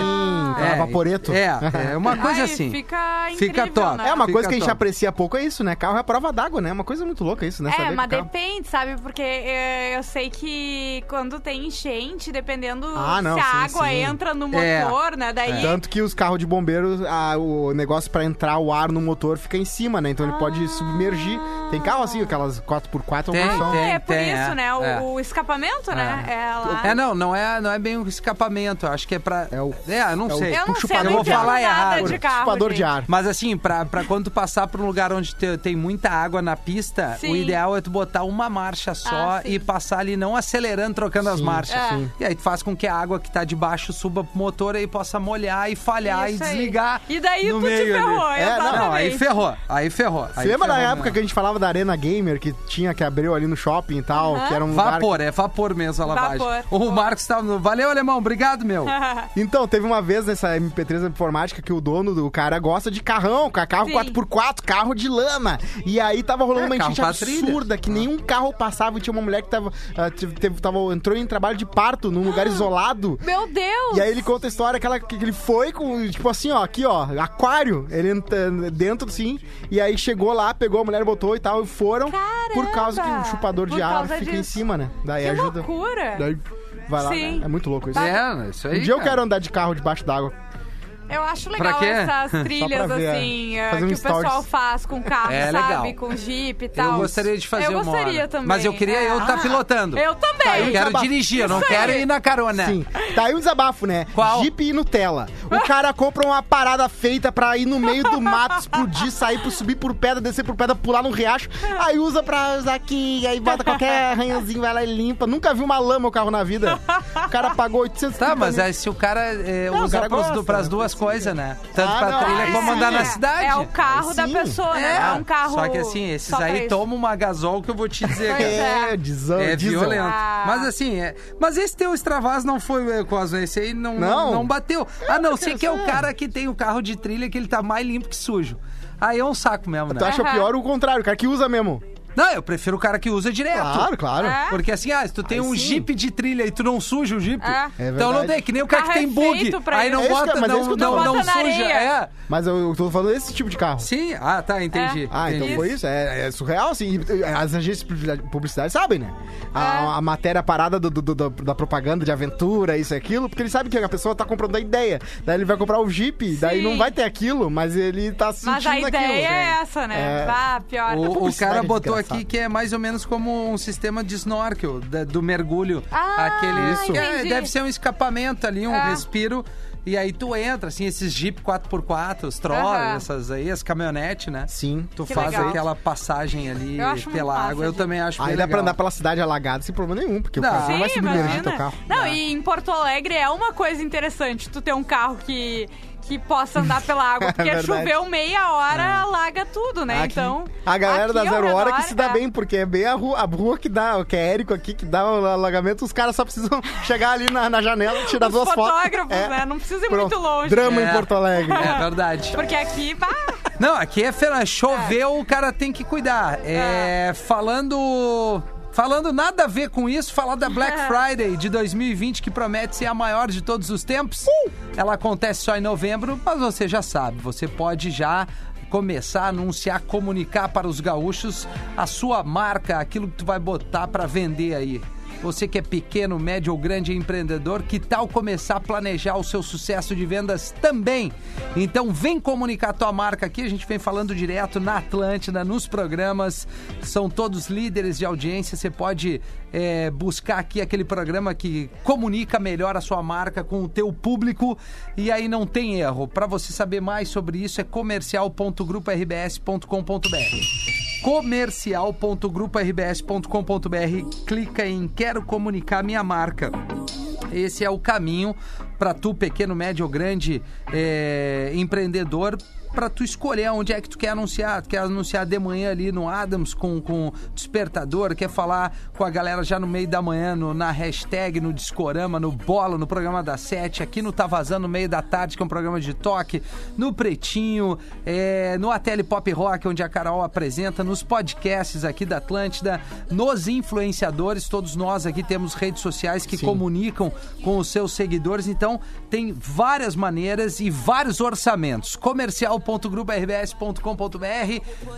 C: aquela vaporeto.
B: É, é uma coisa
D: Ai,
B: assim.
D: Fica incrível,
B: Fica top.
D: Né?
B: Fica
C: É uma
B: então.
C: coisa que a gente
B: top.
C: aprecia pouco, é isso, né? Carro é a prova d'água, né? É uma coisa muito louca isso, né?
D: É,
C: Saber
D: mas
C: que o carro-
D: depende, sabe? Porque é, eu sei que quando tem enchente, dependendo
C: Ah, não,
D: se a
C: sim,
D: água
C: sim.
D: entra no
B: É.
D: motor, né? Daí.
C: Tanto que os carros de bombeiros, ah, o negócio pra entrar o ar no motor fica em cima, né? Então ele pode
D: Ah.
C: submergir. Tem carro assim, aquelas 4x4
B: Tem,
C: ou são.
B: tem.
D: Ah, é por isso,
B: é,
D: né? O,
B: é.
D: o escapamento, né? É lá.
B: É, não, não é, não é bem o escapamento, eu acho que é pra...
C: É o-
B: É, eu não
C: é o-
B: sei.
D: eu não sei, eu
C: chupador.
B: Eu
D: não
B: vou
D: entendo
B: falar
D: nada
B: errado.
D: de carro.
C: Chupador de
D: gente.
C: ar.
B: Mas assim, pra, pra quando tu passar pra um lugar onde te- tem muita água na pista,
D: Sim.
B: o ideal é tu botar uma marcha só
D: Ah, sim.
B: e passar ali não acelerando, trocando as marchas.
D: É. sim.
B: E aí tu faz com que a água que tá debaixo suba pro motor e possa molhar e falhar
D: Isso
B: e
D: aí.
B: é, desligar.
D: E daí
B: no
D: tu te
B: meio ali.
D: ferrou,
C: É, não,
D: exatamente.
B: Não, aí ferrou, aí ferrou.
C: Você lembra da época que a gente falava da Arena Gamer, que tinha, que abriu ali no shopping e tal, que era um lugar...
B: Vapor, é vapor mesmo a lavagem.
D: Vapor. Tá
B: O Marcos tava no... Valeu, alemão, obrigado, meu.
C: Então, teve uma vez nessa MP3 informática que o dono do cara gosta de carrão, ca- carro
D: Sim.
C: 4x4, carro de lama. E aí tava rolando
B: É,
C: uma
B: carro Ah.
C: enchente
B: pra trilha.
C: absurda, que nenhum carro passava e tinha uma mulher que tava, ah, teve- teve- tava- entrou em trabalho de parto num
D: Ah.
C: lugar isolado.
D: Meu Deus!
C: E aí ele conta a história que, ela- que ele foi com, tipo assim, ó, aqui, ó, aquário. Ele entra dentro, sim. E aí chegou lá, pegou a mulher, botou e tal, e foram. Por
D: Caramba!
C: causa que o chupador
D: Por
C: de ar
D: causa
C: fica em
D: disso.
C: cima, né? Daí
D: que
C: ajuda.
D: loucura!
C: Daí vai lá,
D: Sim.
C: né? É muito louco isso.
B: É, isso aí.
C: Um dia eu
B: cara.
C: quero andar de carro debaixo d'água.
D: Eu acho
B: Pra
D: legal
B: quê?
D: essas
B: Só
D: trilhas
C: pra ver,
D: assim,
C: é.
D: eh,
C: Fazer um
D: que o pessoal
C: stories.
D: faz com carro,
B: É,
D: sabe?
B: legal.
D: Com jeep e tal.
B: Eu gostaria de fazer
D: Tá. Eu
B: uma
D: gostaria
B: hora.
D: também.
B: Mas eu queria
D: é.
B: eu estar pilotando. Tá,
D: Eu
B: Eu
D: também! Tá
B: quero
C: desabafo.
B: dirigir, eu não
D: Isso
B: quero
D: aí.
B: ir na carona.
C: Sim. Tá aí um desabafo, né?
B: né? Qual?
C: Jeep e Nutella. O cara compra uma parada feita pra ir no meio do mato, explodir, sair, por, subir por pedra, descer por pedra, pular no riacho. Aí usa pra usar aqui, aí bota qualquer arranhãozinho, vai lá e limpa. Nunca viu uma lama o carro na vida. O cara pagou 800
B: Tá, mas
C: é...
B: aí se o cara é,
C: Não, o
B: usa
C: cara
B: pras, du-
C: gosta,
B: pras
C: né?
B: duas coisas, né? Tanto
C: Ah,
B: pra
C: não,
B: trilha
C: aí
B: como
C: sim.
B: andar na
D: É,
B: cidade.
D: É o carro da
C: sim.
D: pessoa, né? É um carro.
B: Só que assim, esses
D: só pra
B: aí
D: isso.
B: tomam uma gasol que eu vou te dizer.
D: Pois
B: cara.
C: É, desão,
B: É
C: diesel.
B: violento.
D: Ah.
B: Mas assim, é... mas esse teu extravas não foi, Cosme. Esse aí não, não.
C: Não.
B: bateu. A não ser que é o
C: sei.
B: cara que tem o carro de trilha que ele tá mais limpo que sujo. Aí é um saco mesmo, né?
C: Tu acha
D: Aham.
C: pior o contrário, o cara que usa mesmo.
B: Não, eu prefiro o cara que usa direto.
C: Claro, claro.
D: É.
B: Porque assim, ah, se tu tem
C: Aí
B: um
C: sim.
B: jeep de trilha e tu não suja o jeep,
D: É.
C: É
B: então não
C: verdade.
B: tem, que nem o cara que
D: Carro é
B: tem bug,
D: feito pra
B: aí
D: isso.
B: não
C: É isso que-
B: bota,
C: mas é
B: não,
C: isso que eu tô
B: não, não,
D: falando. Bota na
B: suja.
D: areia.
B: É.
C: Mas eu, eu tô falando desse tipo de carro.
B: Sim, ah, tá, entendi.
C: Ah, então
B: entendi.
C: foi isso? É, é surreal, assim. E, e, As agências de publicidade- publicidade sabem, né?
D: É.
C: A, a matéria parada do- do- do- da- da propaganda de aventura, isso e aquilo, porque ele sabe que a pessoa tá comprando a ideia. Daí ele vai comprar o Jeep, daí
D: Sim.
C: não vai ter aquilo, mas ele tá sentindo
D: Mas a ideia
C: aquilo.
D: é essa, né?
C: É.
D: Vá, pior.
B: O, o
C: publicidade
B: cara botou
C: desgraçada.
B: aqui que é mais ou menos como um sistema de snorkel, da- do mergulho.
D: Ah,
B: Aquele.
D: Isso.
B: É,
D: entendi.
B: deve ser um escapamento ali, um
D: É.
B: respiro. E aí tu entra, assim, esses Jeep 4x4, os Trolls,
D: Aham.
B: essas aí, as caminhonetes, né?
C: Sim.
B: Tu
D: Que
B: faz
D: legal.
B: aquela passagem ali
D: Eu acho muito
B: pela
D: massa,
B: água. Eu
D: gente.
B: também acho
C: Aí
B: bem
C: dá Ah, é pra
B: legal.
C: andar pela cidade alagada sem problema nenhum, porque
B: Não.
C: o cara não vai
D: Sim,
C: submergir
D: imagina.
C: teu carro.
D: Não, e em Porto Alegre é uma coisa interessante tu ter um carro que, que possa andar pela água, porque
C: É verdade.
D: choveu meia hora,
B: É.
D: alaga tudo, né?
C: Aqui,
D: então.
C: a galera
D: aqui
C: da
D: ao
C: Zero Hora
D: redor,
C: que se dá
D: é.
C: bem, porque é bem a rua, a rua que dá, que é Érico aqui, que dá o alagamento, os caras só precisam chegar ali na, na janela, tirar
D: Os
C: duas fotos.
D: fotógrafos,
C: É.
D: né? Não precisa ir
C: Pronto.
D: muito longe.
C: Drama
B: É.
C: em Porto Alegre.
B: É verdade.
D: Porque aqui, pá,
B: Não, aqui é fera. Choveu, o cara tem que cuidar. É, Falando. Falando nada a ver com isso, falar da Black Friday de 2020, que promete ser a maior de todos os tempos. Ela acontece só em novembro, mas você já sabe, você pode já começar a anunciar, comunicar para os gaúchos a sua marca, aquilo que tu vai botar para vender aí. Você que é pequeno, médio ou grande empreendedor, que tal começar a planejar o seu sucesso de vendas também? Então vem comunicar tua marca aqui, a gente vem falando direto na Atlântida, nos programas, são todos líderes de audiência, você pode eh, buscar aqui aquele programa que comunica melhor a sua marca com o teu público e aí não tem erro. Para você saber mais sobre isso é comercial.grupo-rbs.com.br comercial.grupo-rbs.com.br clica em quero comunicar minha marca esse é o caminho para tu pequeno médio ou grande eh, empreendedor pra tu escolher onde é que tu quer anunciar. Tu quer anunciar de manhã ali no Adams com, com despertador, quer falar com a galera já no meio da manhã, no- na hashtag, no Discorama, no Bola, no programa da Sete, aqui no Tá Vazando, no meio da tarde, que é um programa de toque, no Pretinho, é, no Ateli Pop Rock, onde a Carol apresenta, nos podcasts aqui da Atlântida, nos influenciadores, todos nós aqui temos redes sociais que comunicam com os seus seguidores, então tem várias maneiras e vários orçamentos. comercial.grupo.rbs.com.br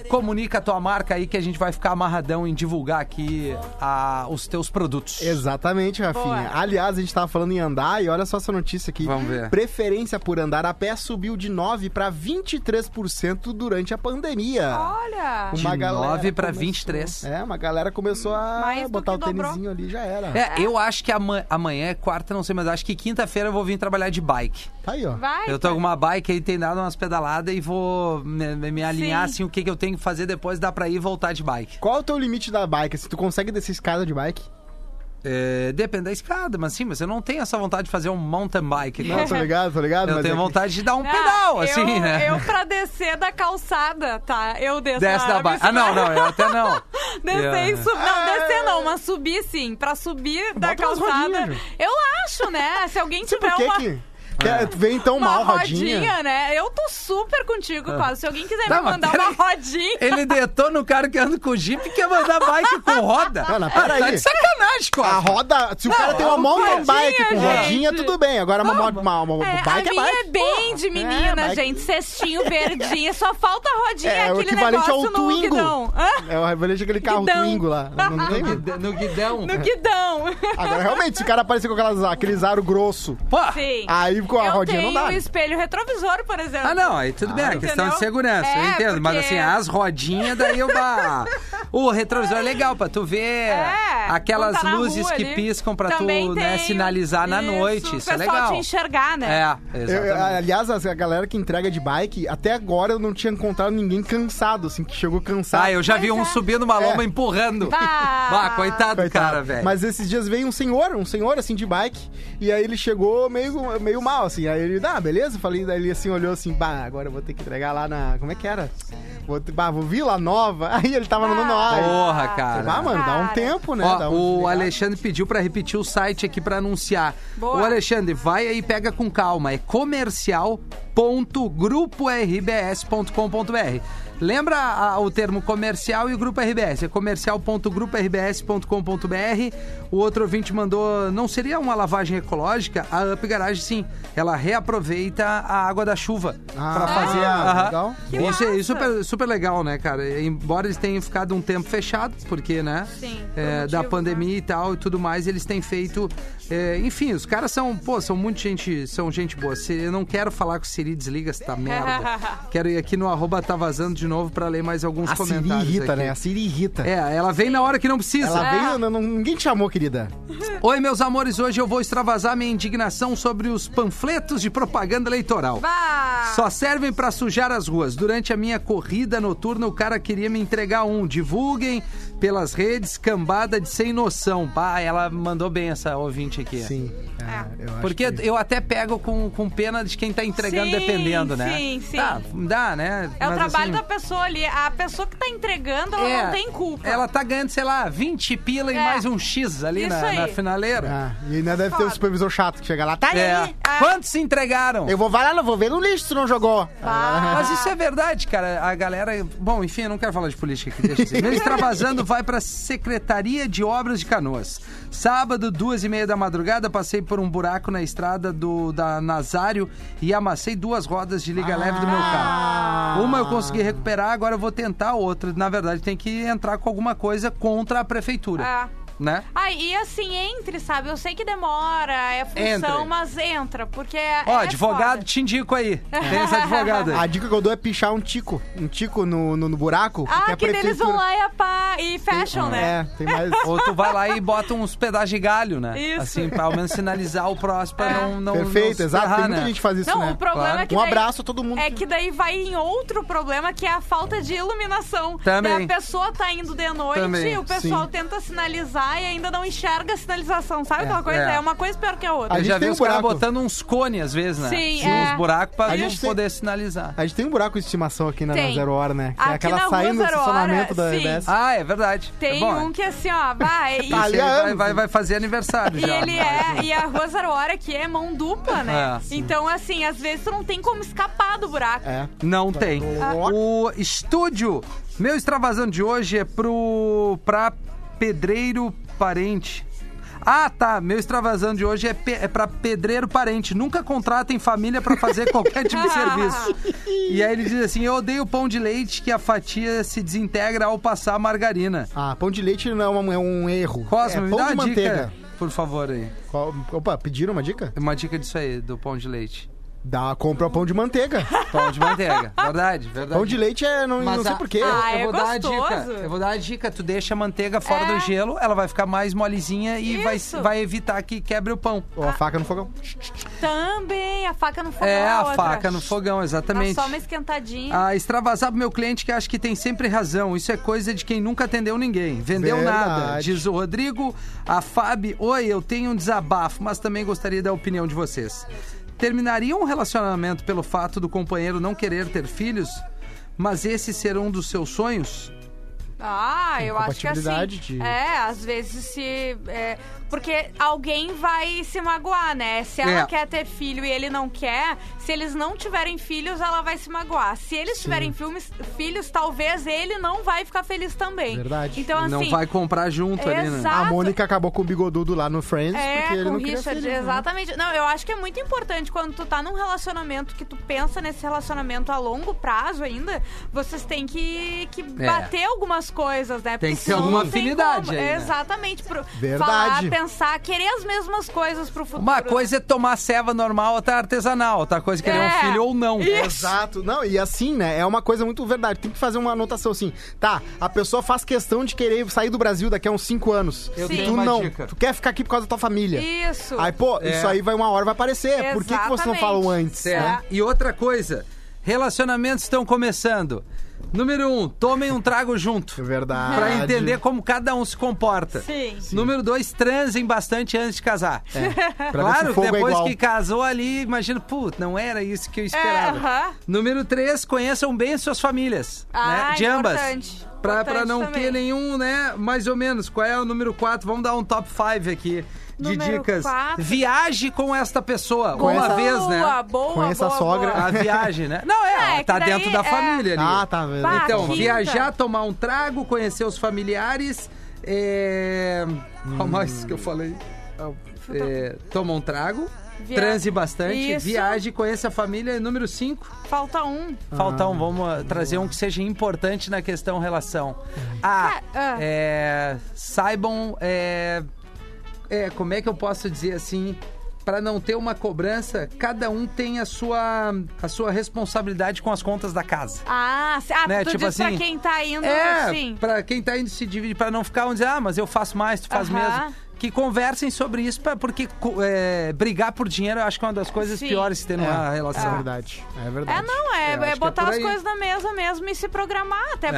B: comunica a tua marca aí que a gente vai ficar amarradão em divulgar aqui ah, os teus produtos.
C: Exatamente, Rafinha.
D: Boa.
C: Aliás, a gente tava falando em andar e olha só essa notícia aqui.
B: Vamos ver.
C: Preferência por andar a pé subiu de 9 para 23% durante a pandemia.
D: Olha!
B: De 9 pra 23.
C: É, uma galera começou a
D: Mais do
C: botar o
D: que dobrou.
C: tênisinho ali, já era.
B: É, eu acho que ama- amanhã é quarta, não sei, mas acho que quinta-feira eu vou vir trabalhar de bike.
C: Tá aí, ó.
D: Vai!
B: Eu tô com uma bike aí, tem dado umas pedaladas e vou me, me- me alinhar,
D: Sim.
B: assim, o que, que eu tenho que fazer depois, dá pra ir e voltar de bike.
C: Qual o teu limite da bike? Se tu consegue descer escada de bike?
B: É, depende da escada, mas sim, mas eu não tenho essa vontade de fazer um mountain bike.
C: Não, tô ligado, tô ligado.
B: Eu
C: mas
B: tenho
C: é que-
B: vontade de dar um
D: Ah,
B: pedal,
D: eu-
B: assim, né?
D: Eu pra descer da calçada, tá? Eu desço
B: Desce da bike. Ah, não, não, eu até não. né?
D: Descer
B: Yeah.
D: e subir. Não, descer não, mas subir sim. Pra subir da
C: Bota umas
D: calçada.
C: rodinhas, Ju.
D: eu acho, né? Se alguém
C: Sei
D: tiver
C: por que
D: uma,
C: que... Quer- Vem então
D: uma
C: mal rodinha.
D: né? Eu tô super contigo, quase. Se alguém quiser
B: Tá,
D: me
B: mas
D: mandar
B: peraí. É,
D: uma rodinha.
B: Ele detona o cara que anda com jipe e quer mandar bike com roda.
C: Não, não,
B: Ah, tá
C: peraí.
B: de sacanagem,
C: A
B: Costa.
C: roda, se o cara tem uma
B: uma
C: mountain
D: rodinha,
C: bike com
D: gente.
C: rodinha, tudo bem. Agora uma, mo- uma, uma,
D: É,
C: bike
D: a
C: é
D: minha
C: bike.
D: é bem de menina,
C: bike.
D: gente. Cestinho verdinho. Só falta a rodinha.
C: É, o
D: aquele
C: equivalente
D: negócio
C: ao
D: no
C: Twingo.
D: guidão. Hã?
C: É o revelante aquele carro
D: Guidão.
C: Twingo lá. Não tem.
B: No guid- No guidão.
D: No guidão.
C: Agora, realmente, se o cara aparecer com aquelas, aqueles aro grosso,
B: Pô.
D: Sim.
C: aí com a
D: eu
C: rodinha
D: tenho
C: não dá.
D: um espelho retrovisor, por exemplo.
B: Ah, não, aí tudo bem, é questão de
D: Entendeu?
B: segurança, eu
D: É,
B: entendo. Mas
D: porque-
B: assim, as rodinhas, daí eu. bah, o retrovisor é legal pra tu ver
D: É,
B: aquelas
D: quando tá na
B: luzes
D: rua
B: que
D: ali.
B: piscam pra
D: Também
B: tu né,
D: tem.
B: sinalizar na
D: Isso,
B: noite. Isso
D: o
B: é
D: pessoal
B: legal.
D: te enxergar, né?
B: É,
C: Eu- ah, eu-
B: exatamente.
C: aliás, a a galera que entrega de bike, até agora eu não tinha encontrado ninguém cansado, assim, que chegou cansado.
B: Ah, eu já vi
D: Pois
B: um
D: é.
B: subindo uma lomba empurrando.
D: Bah.
B: Bah, coitado, do
C: Coitado.
B: cara, velho.
C: Mas esses dias veio um senhor, um senhor assim de bike, e aí ele chegou meio, meio mal, assim. Aí ele, ah, beleza? Falei, daí ele assim olhou assim, bah, agora eu vou ter que entregar lá na. Como é que era? Vou, te- bah, vou Vila Nova. Aí ele tava no nono
D: Ah.
C: ar.
B: Porra, cara.
C: Bah, mano, dá um
D: Cara.
C: tempo, né?
B: Ó,
C: Dá um
B: o
C: desligar.
B: Alexandre pediu pra repetir o site aqui pra anunciar.
D: Boa.
B: O Alexandre, vai aí, pega com calma. É comercial.grupoRBS.com.br. Lembra ah, o termo comercial e o grupo RBS. É comercial.grupoRBS.com.br. O outro ouvinte mandou, não seria uma lavagem ecológica? A Up Garage, sim. Ela reaproveita a água da chuva
C: Ah,
B: pra fazer a...
C: ah,
B: Aham.
C: legal.
D: Que
B: Isso é
D: massa.
B: isso é super, super legal, né, cara? Embora eles tenham ficado um tempo fechado, porque, né?
D: Sim, por
B: é, da
D: motivos,
B: pandemia e tal e tudo mais, eles têm feito. é, enfim, os caras são, pô, são muito gente, são gente boa. Se- Eu não quero falar com o Siri, desliga essa merda. quero ir aqui no arroba tá vazando de novo pra ler mais alguns
C: A Siri
B: comentários.
C: irrita,
B: aqui.
C: né? A Siri irrita.
B: É, ela vem na hora que não precisa.
C: Ela
D: É.
C: veio, não- não- ninguém te chamou, querida.
B: Oi, meus amores, hoje eu vou extravasar minha indignação sobre os panfletos de propaganda eleitoral.
D: Bah.
B: Só servem pra sujar as ruas. Durante a minha corrida noturna, o cara queria me entregar um. Divulguem pelas redes, cambada de sem noção. Bah, ela mandou bem essa ouvinte aqui.
C: Sim. é, eu acho
B: Porque
C: que-
B: eu até pego com, com pena de quem tá entregando
D: Sim,
B: dependendo, né?
D: sim, sim.
B: Tá, dá, né?
D: É o
B: Mas,
D: trabalho da
B: assim,
D: pessoa ali. A pessoa que tá entregando, ela
B: é,
D: não tem culpa.
B: Ela tá ganhando, sei lá, 20 pila e
D: É.
B: mais um X ali
D: Isso
B: na,
D: aí.
B: na finaleira.
C: Ah, e ainda deve ter um
D: Foda.
C: supervisor chato que chega lá. Tá
B: É.
C: aí.
B: Quantos se entregaram?
C: Eu vou vai lá, não vou ver no lixo se tu não jogou. Ah.
D: Bah.
B: Mas isso é verdade, cara. A galera. Bom, enfim, eu não quero falar de política aqui, deixa eu dizer. Meu extravasando vai pra Secretaria de Obras de Canoas. Sábado, duas e meia da madrugada, passei por um buraco na estrada do, da Nazário e amassei duas rodas de liga leve do meu
D: Ah.
B: carro. Uma eu consegui recuperar, agora eu vou tentar a outra. Na verdade, tem que entrar com alguma coisa contra a prefeitura.
D: Ah.
B: Né?
D: Ai, e assim, entre, sabe? Eu sei que demora, é função,
B: Entre.
D: mas entra, porque é.
B: Ó,
D: é
B: advogado, tipo,
D: foda.
B: te indico aí. Tem esse advogado aí.
C: A dica que eu dou é pichar um tico. Um tico no, no, no buraco.
D: Ah,
C: a
D: que, deles
C: prefeitura-
D: vão lá e, apa... e fashion, né?
C: É, tem mais.
B: Ou tu vai lá e bota uns pedaços de galho, né?
D: Isso.
B: Assim, pra ao menos sinalizar o próximo pra
D: É.
B: não, não. não
C: Perfeito,
B: se
C: exato. Tem
B: ferrar,
C: muita
B: né?
C: gente que faz isso,
D: Não,
C: né?
D: o problema
B: Claro.
D: é que
C: Um
D: daí-
C: abraço a todo mundo.
D: É que daí vai em outro problema, que é a falta de iluminação.
B: Também.
D: Daí a pessoa tá indo de noite,
B: Também,
D: o pessoal tenta sinalizar e ainda não enxerga a sinalização, sabe
B: É,
D: aquela coisa?
B: é.
D: É. uma coisa pior que a outra.
B: Eu
C: A gente
B: já vi
C: tem um
B: os caras
C: buraco.
B: botando uns cones às vezes, né?
D: Sim,
B: Sim,
D: é.
B: uns buracos pra
C: A
B: não
C: gente tem-
B: poder sinalizar.
C: A gente tem um buraco de estimação aqui na, na
D: Tem.
C: Zero Hora, né? Que é
D: Aqui na
C: aquela
D: rua
C: saindo do
D: Zero Hora,
C: estacionamento da
D: sim.
C: EBS.
B: Ah, é verdade.
D: Tem
B: Bom,
D: um que assim, ó, vai. e-
B: esse aí
C: ali há
B: vai,
C: anos.
B: vai, vai fazer aniversário
D: E
B: já.
D: ele é, e a Rua Zero Hora que é mão dupla,
B: É,
D: né?
B: sim.
D: então, assim, às vezes tu não tem como escapar do buraco.
C: É.
B: Não tem. O estúdio, meu extravasando de hoje é pro pra pedreiro parente. Ah, tá. Meu extravasando de hoje é, pe... é pra pedreiro parente. Nunca contratem família pra fazer qualquer tipo de serviço. E aí ele diz assim: eu odeio pão de leite que a fatia se desintegra ao passar a margarina.
C: Ah, pão de leite não é um, é um erro.
B: Cosmo,
C: é
B: me
C: pão
B: dá
C: de
B: uma
C: manteiga.
B: dica, por favor, aí.
C: Qual- Opa, pediram uma dica?
B: Uma dica disso aí, do pão de leite.
C: Dá, compra pão de manteiga.
B: Pão de manteiga. Verdade, verdade.
C: pão de leite é. Não, não sei
B: a-
C: porquê.
B: Eu,
D: Ah,
B: eu
D: é
B: vou dar a dica.
D: gostoso.
B: Eu vou dar a dica. Tu deixa a manteiga fora
D: É.
B: do gelo, ela vai ficar mais molezinha e vai,
D: Isso.
B: vai evitar que quebre o pão.
C: Ou a faca no fogão.
D: Também, a faca no fogão.
B: É, a
D: outra.
B: faca no fogão,
D: Dá
B: exatamente.
D: só uma esquentadinha.
B: Ah, extravasar pro meu cliente que acha que tem sempre razão. Isso é coisa de quem nunca atendeu ninguém. Vendeu
C: Verdade.
B: nada, diz o Rodrigo. A Fábio, oi, eu tenho um desabafo, mas também gostaria da opinião de vocês. Terminaria um relacionamento pelo fato do companheiro não querer ter filhos, mas esse ser um dos seus sonhos?
D: Ah, eu acho que assim.
C: compatibilidade de-
D: É, às vezes se. é, porque alguém vai se magoar, né? Se ela
B: É.
D: quer ter filho e ele não quer, se eles não tiverem filhos, ela vai se magoar. Se eles tiverem filmes- filhos, talvez ele não vai ficar feliz também.
C: Verdade.
D: Então, assim.
B: não vai comprar junto ali, né?
D: Exato.
C: A Mônica acabou com o bigodudo lá no Friends porque
D: Ah, É,
C: ele
D: com o
C: não queria
D: Richard,
C: filho, né?
D: exatamente. Não, eu acho que é muito importante quando tu tá num relacionamento que tu pensa nesse relacionamento a longo prazo ainda, vocês têm que, que bater algumas coisas, né?
B: É. Tem
D: Porque
B: que ter
D: senão
B: alguma
D: não tem
B: afinidade
D: como.
B: aí, né?
D: Exatamente. Pro
C: Verdade.
D: Falar, pensar, querer as mesmas coisas pro futuro.
B: Uma coisa é tomar ceva normal, outra é artesanal, outra coisa é querer um
D: É.
B: filho ou não.
C: Exato. Não, e assim, né? É uma coisa muito verdade. Tem que fazer uma anotação assim. Tá, a pessoa faz questão de querer sair do Brasil daqui a uns 5 anos.
B: Eu
D: Sim.
C: Tu
B: tenho uma
C: não.
B: dica.
C: Tu quer ficar aqui por causa da tua família.
D: Isso.
C: Aí, pô,
B: É.
C: isso aí vai uma hora vai aparecer. É Por que, que você não
D: Exatamente.
C: falou antes?
B: É.
C: né?
B: E outra coisa, relacionamentos estão começando. Número um, tomem um trago junto.
C: É verdade.
B: Pra entender como cada um se comporta.
D: Sim.
B: Número dois, transem bastante antes de casar.
C: Pra ver se o
B: Claro,
C: fogo é
B: depois
C: igual.
B: que casou ali, imagina, putz, não era isso que eu esperava.
D: É, aham.
B: Número três, conheçam bem suas famílias.
D: Ah,
B: né? De ambas.
D: importante.
B: Pra,
D: Importante
B: pra não
D: também.
B: ter nenhum, né? Mais ou menos. Qual é o número 4? Vamos dar um top 5 aqui de
D: Número
B: dicas.
D: quatro.
B: Viaje com esta pessoa.
C: Com
B: uma
C: essa-
B: vez,
D: Boa,
B: né?
D: boa,
C: Conheça a
D: boa,
C: sogra.
D: boa.
B: A viagem, né? Não, é,
D: É,
B: ela
D: que
B: tá
D: daí
B: dentro da
D: é-
B: família ali.
C: Ah, tá vendo?
D: Pá,
B: Então,
D: quinta.
B: viajar, tomar um trago, conhecer os familiares. É...
C: Hum.
B: Qual mais que eu falei? É, toma um trago,
D: Hum. Via-
B: transe bastante,
D: Isso.
B: viaje, conheça a família. Número 5,
D: Falta um.
B: Faltar um, vamos ah, trazer um que seja importante na questão relação. Ah,
D: Ah, ah.
B: é, saibam. É, é, como é que eu posso dizer assim? Pra não ter uma cobrança, cada um tem a sua, a sua responsabilidade com as contas da casa.
D: Ah, se- ah
B: Né,
D: tu
B: tipo
D: diz
B: assim,
D: pra quem tá indo,
B: É,
D: assim.
B: pra quem tá indo se dividir, pra não ficar onde dizer, ah, mas eu faço mais, tu faz
D: Aham.
B: mesmo. Que conversem sobre isso, pra, porque co- é, brigar por dinheiro eu acho que é uma das coisas
D: Sim.
B: piores que tem
C: É,
B: numa
C: É
B: relação.
C: verdade. É verdade.
D: É, não,
B: Eu acho
D: é,
B: que
D: é
B: é
D: botar
B: por
D: as
B: aí.
D: coisas na mesa mesmo e se programar. Até
B: É.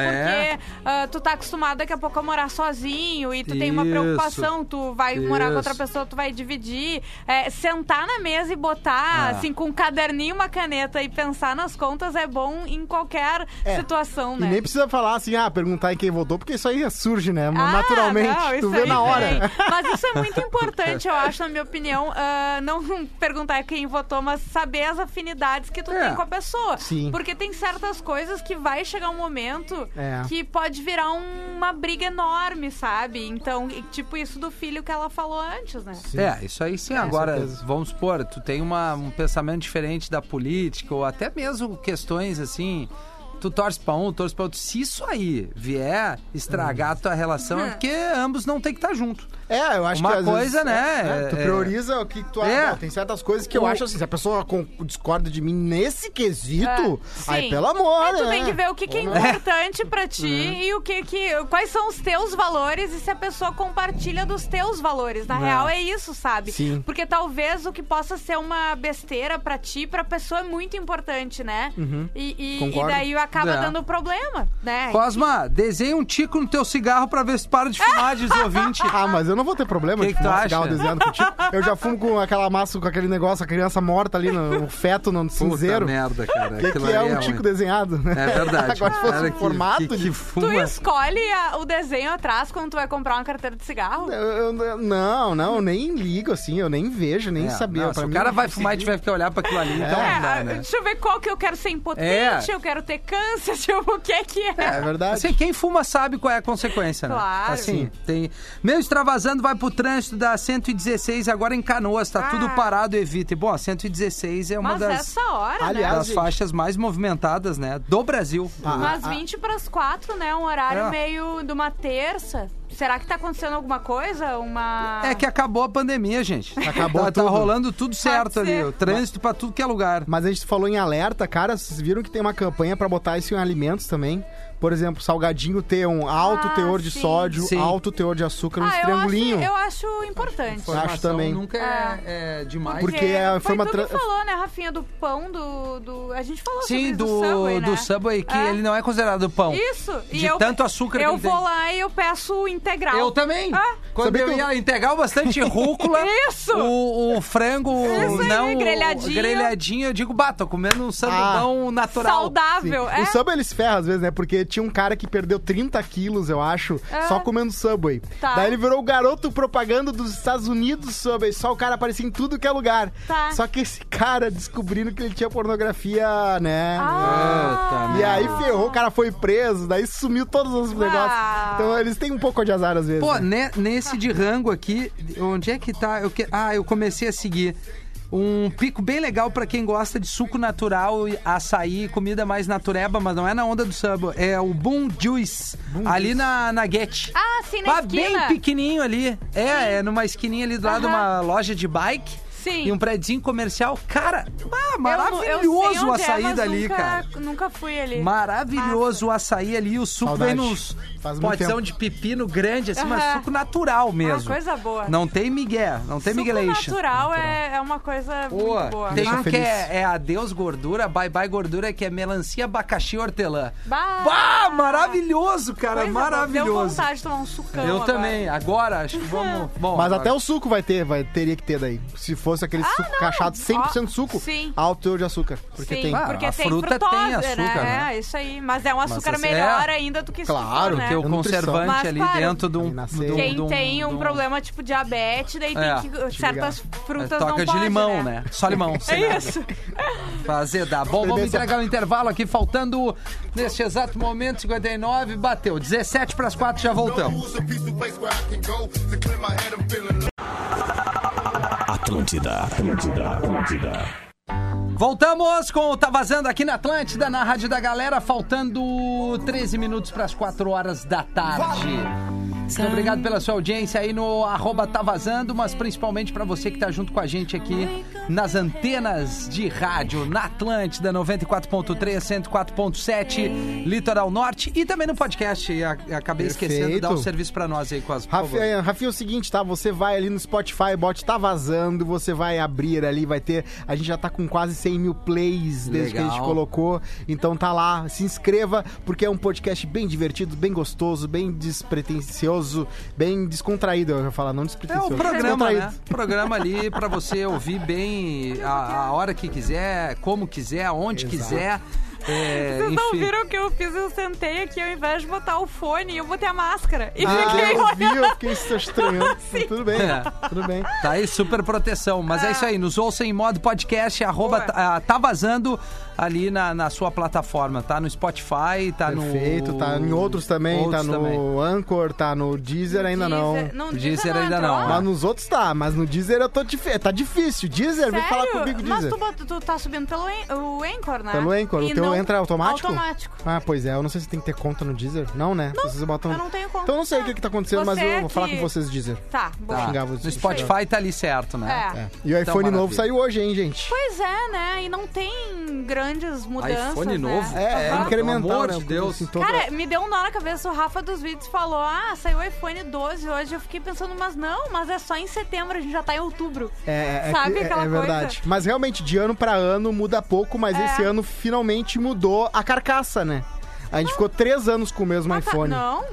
D: porque ah, tu tá acostumado daqui a pouco a morar sozinho e tu tem uma
B: Isso.
D: preocupação, tu vai morar com outra
B: Isso.
D: pessoa, tu vai dividir. É, sentar na mesa e botar,
B: Ah.
D: assim, com um caderninho e uma caneta e pensar nas contas é bom em qualquer
C: É.
D: situação,
C: E
D: né?
C: nem precisa falar assim, ah, perguntar em quem votou, porque isso aí surge, né? Naturalmente.
D: Ah, não,
C: tu
D: isso
C: vê
D: aí
C: na hora.
D: vem. Mas isso é muito importante, eu acho, na minha opinião. ah, não perguntar quem votou, mas saber as afinidades que tu
B: É.
D: tem com a pessoa.
C: Sim.
D: Porque tem certas coisas que vai chegar um momento
C: É.
D: que pode virar um- uma briga enorme, sabe? Então, e tipo isso do filho que ela falou antes, né?
B: É, isso aí sim. Agora,
C: certeza.
B: vamos supor, tu tem uma- um pensamento diferente da política, ou até mesmo questões assim. Tu torce pra um, torce pra outro. Se isso aí vier estragar a tua relação, é porque ambos não tem que estar junto.
C: É, eu acho
B: Uma
C: que às
B: coisa,
C: vezes,
B: né,
C: é, tu
B: é-
C: prioriza o que tu acha.
B: É.
C: Não, Tem certas coisas que eu
B: O-
C: acho assim, se a pessoa com- discorda de mim nesse quesito,
D: É,
C: aí
D: sim.
C: pelo amor,
D: Mas tu
C: né?
D: tem que ver o que, que é importante pra ti
B: Uhum.
D: e o que, que quais são os teus valores e se a pessoa compartilha dos teus valores. Na
C: É.
D: real é isso, sabe?
C: Sim.
D: Porque talvez o que possa ser uma besteira pra ti, pra pessoa é muito importante, né? E, e- e,
C: Concordo.
D: daí acaba
B: Uhum. É.
D: dando problema, né?
B: Cosma, desenha um tico no teu cigarro pra ver se para de fumar, diz o ouvinte.
C: Ah, mas eu não vou ter problema
B: Que
C: de
B: que tu
C: fumar um
B: acha?
C: cigarro desenhado contigo. Eu já fumo com aquela massa, com aquele negócio, a criança morta ali no, no feto, no cinzeiro.
B: Puta merda, cara.
C: Que,
B: Aquilo
C: que é
B: ali
C: um tico
B: ruim.
C: desenhado, né?
B: É verdade.
C: Agora, se fosse
B: Cara,
C: um
B: que-
C: formato
B: que,
C: de-
B: que
D: Tu
B: fuma.
D: escolhe a- o desenho atrás quando tu vai comprar uma carteira de cigarro? É,
C: Eu- eu- eu- não, não, eu nem ligo, assim, eu nem vejo, nem
B: É,
C: sabia.
B: não,
C: pra
B: se o
C: mim,
B: cara
C: não
B: vai fumar e
C: consegui.
B: tiver que olhar pra aquilo ali, então
D: É,
B: não dá, né?
D: Deixa eu ver qual que eu quero ser impotente,
B: É.
D: eu quero ter câncer, tipo, o que é que é?
C: É verdade.
B: Assim, quem fuma sabe qual é a consequência, né?
D: Claro.
B: Assim, tem... Meu extravasando vai pro trânsito da 116, agora em Canoas, tá
D: Ah.
B: tudo parado, evita. E, bom, a 116 é uma
D: Mas
B: das,
D: essa hora, né?
C: Aliás,
B: das
C: gente-
B: faixas mais movimentadas, né? Do Brasil.
C: Ah,
D: Mas
C: ah,
D: 20 pras 4, né? Um horário
B: É.
D: meio de uma terça. Será que tá acontecendo alguma coisa? Uma.
B: É que acabou a pandemia, gente.
C: Acabou
B: tá, tá
C: tudo.
B: rolando tudo certo ali.
D: ser.
B: O trânsito pra tudo que é lugar.
C: Mas a gente falou em alerta, cara. Vocês viram que tem uma campanha pra botar isso em alimentos também? Por exemplo, salgadinho ter um alto
D: Ah,
C: teor de
D: sim.
C: sódio,
B: Sim.
C: alto teor de
B: é
C: açúcar, um
D: ah, eu acho,
C: triangulinho.
D: eu acho importante.
C: Acho também.
B: nunca é, é demais.
C: Porque é- foi
D: foi
C: uma
D: tu
C: tra-
D: que falou, né, Rafinha, do pão, do... do- A gente falou sobre
B: Sim,
D: isso
B: do,
D: do Subway, né?
B: do Subway, que
D: É.
B: ele não é considerado pão.
D: Isso.
B: De tanto açúcar que
D: Eu
B: ele
D: vou
B: tem.
D: lá e eu peço integral.
B: Eu também.
D: Ah.
B: Quando
C: Sabia
B: eu
C: que eu-
B: ia integral, bastante rúcula.
D: Isso.
B: O, o frango
D: Isso aí,
B: não
D: grelhadinho. Ah.
B: grelhadinho, Eu digo, bah, tô comendo um sandubão natural.
D: Saudável, é.
C: O Subway eles ferram às vezes, né? Porque tinha um cara que perdeu 30 quilos, eu acho,
D: É.
C: só comendo Subway.
D: Tá.
C: Daí ele virou o garoto propaganda dos Estados Unidos Subway. Só o cara aparecia em tudo que é lugar.
D: Tá.
C: Só que esse cara descobrindo que ele tinha pornografia, né?
D: Ah.
B: Puta
C: E aí ferrou, o cara foi preso, daí sumiu todos os negócios. Então eles têm um pouco de azar às vezes.
B: Pô,
C: né?
B: né- nesse de rango aqui, onde é que tá? Eu que- Ah, eu comecei a seguir. Um pico bem legal pra quem gosta de suco natural, e açaí, comida mais natureba, mas não é na onda do samba. É o Boom Juice, ali na, na Get.
D: Ah, sim, na
B: Lá
D: esquina.
B: bem pequenininho ali. É, é numa esquininha ali do lado de
D: Aham.
B: uma loja de bike.
D: Sim.
B: E um predinho comercial. Cara, ah,
D: Eu não- eu sei
B: maravilhoso o
D: onde é,
B: açaí
D: mas
B: dali,
D: nunca,
B: cara.
D: Nunca fui ali.
B: Maravilhoso o açaí ali, o suco
C: Saudade.
B: vem nos
C: Faz muito
B: potão
C: tempo.
B: de pepino grande, assim, mas
D: Aham. Ah,
B: suco natural mesmo.
D: coisa boa.
B: Não tem migué, não tem
D: Suco
B: miguelation.
D: natural, É, é uma coisa
B: Boa.
D: muito boa.
B: Tem
C: Deixa
B: um que
C: feliz.
B: é, é adeus gordura, bye bye gordura, que é melancia, abacaxi e hortelã.
D: Bah!
B: Bah, maravilhoso, cara,
D: Coisa boa. é, Deu
B: maravilhoso.
D: vontade de tomar um sucão
B: Eu
D: agora.
B: também, agora acho que vamos... Bom,
C: Mas
B: agora-
C: até o suco vai ter, vai, teria que ter daí. Se fosse aquele suco cachado, 100%
D: Ah, Ó,
C: suco,
D: sim.
C: alto teor de açúcar. Porque
D: Sim,
C: tem.
B: Ah,
D: porque
B: a
D: tem
B: fruta tem
D: frutose,
B: açúcar,
D: né?
B: né?
D: É, isso aí. Mas é um açúcar
B: assim,
D: melhor
B: é.
D: ainda do que isso
C: Claro,
D: né?
B: Porque o
C: É nutrição.
B: conservante
D: Mas,
B: ali
D: claro,
B: dentro de um...
C: vitamina C.
B: de um-
D: Quem
B: de um-
D: tem um,
B: de
D: problema tipo diabetes, daí
B: É,
D: tem que... Certas frutas não
B: Toca de
D: pode,
B: limão, né? Só limão, sem
D: É
B: nada.
D: isso.
B: Fazer dá. Bom, vamos entregar o intervalo aqui, faltando neste exato momento, 59, bateu. 17 para as 4, já voltamos.
E: Who's a piece of place where I can go to clear my head? I'm feeling
A: Atlântida, Atlântida, Atlântida.
B: Voltamos com o Tá Vazando aqui na Atlântida, na Rádio da Galera, faltando 13 minutos para as 4 horas da tarde. Muito obrigado pela sua audiência aí no arroba Tá Vazando, mas principalmente para você que tá junto com a gente aqui nas antenas de rádio, na Atlântida 94.3, 104.7, Litoral Norte e também no podcast. E a- Acabei esquecendo de dar um
C: Perfeito.
B: serviço para nós aí com as por favor.
C: Rafinha, Rafinha, é o seguinte, tá? Você vai ali no Spotify, bote tá vazando, você vai abrir ali, vai ter. A gente já tá com quase 100 mil plays desde que a gente
B: Legal.
C: colocou. Então tá lá, se inscreva, porque é um podcast bem divertido, bem gostoso, bem despretensioso, bem descontraído, eu ia falar, não
B: É
C: despretensioso.
B: o programa, né?
C: descontraído.
B: Programa ali pra você ouvir bem a, a hora que quiser, como quiser, onde quiser. É,
D: Vocês não
B: enfim.
D: viram o que eu fiz? Eu sentei aqui, ao invés de botar o fone, eu botei a máscara. E
C: Ah,
D: fiquei
C: eu vi,
D: olhando.
C: eu fiquei estranhando. Tudo bem,
B: É.
C: tudo bem.
B: Tá aí, super proteção. Mas é isso aí, nos ouçam em modo podcast, arroba
D: Boa.
B: tá, tá vazando ali na, na sua plataforma. Tá no Spotify, tá
C: Perfeito,
B: no.
C: tá em outros também, tá
B: outros
C: no
B: também.
C: Anchor, tá no Deezer, ainda não.
D: Deezer- tá.
B: Deezer
D: Deezer
B: ainda
D: entrou?
B: não.
C: Mas nos outros tá, mas no Deezer eu tô difícil. Tá difícil. Deezer, vem falar
D: Sério?
C: comigo,
D: Mas
C: Deezer.
D: tu, bota- tu tá subindo pelo en- o Anchor, né?
C: Pelo Anchor,
D: e
C: o teu
D: não Au-
C: entra automático?
D: automático.
C: Ah, pois é. Eu não sei se tem que ter conta no Deezer. Não, né? Não, Vocês botam...
D: eu não tenho conta.
C: Então eu não sei o que, que tá acontecendo, mas
D: Você é
C: eu vou falar
D: que-
C: com vocês, Deezer.
D: Tá, bom.
B: Tá.
C: xingar
B: No
C: vocês.
B: Spotify tá ali certo, né?
D: É.
C: É. E o
B: Então,
C: iPhone novo
B: maravilha.
C: saiu hoje, hein, gente?
D: Pois é, né? E não tem grandes mudanças.
B: iPhone
D: né?
B: novo?
C: É, é
D: Aham.
C: incremental,
B: Pelo amor
C: né?
B: de
C: o-
B: Deus.
C: assim, todo-
D: Cara, me deu um nó na cabeça. O Rafa dos vídeos falou: Ah, saiu o iPhone 12 hoje. Eu fiquei pensando, mas não, mas é só em setembro, a gente já tá em outubro.
C: É, é,
D: Sabe
C: que- é,
D: aquela
C: é
D: coisa?
C: verdade. Mas realmente, de ano pra ano muda pouco, mas
D: É.
C: esse ano finalmente mudou a carcaça, né? A gente ficou três anos com o mesmo
D: Mas tá-
C: iPhone.
D: Não,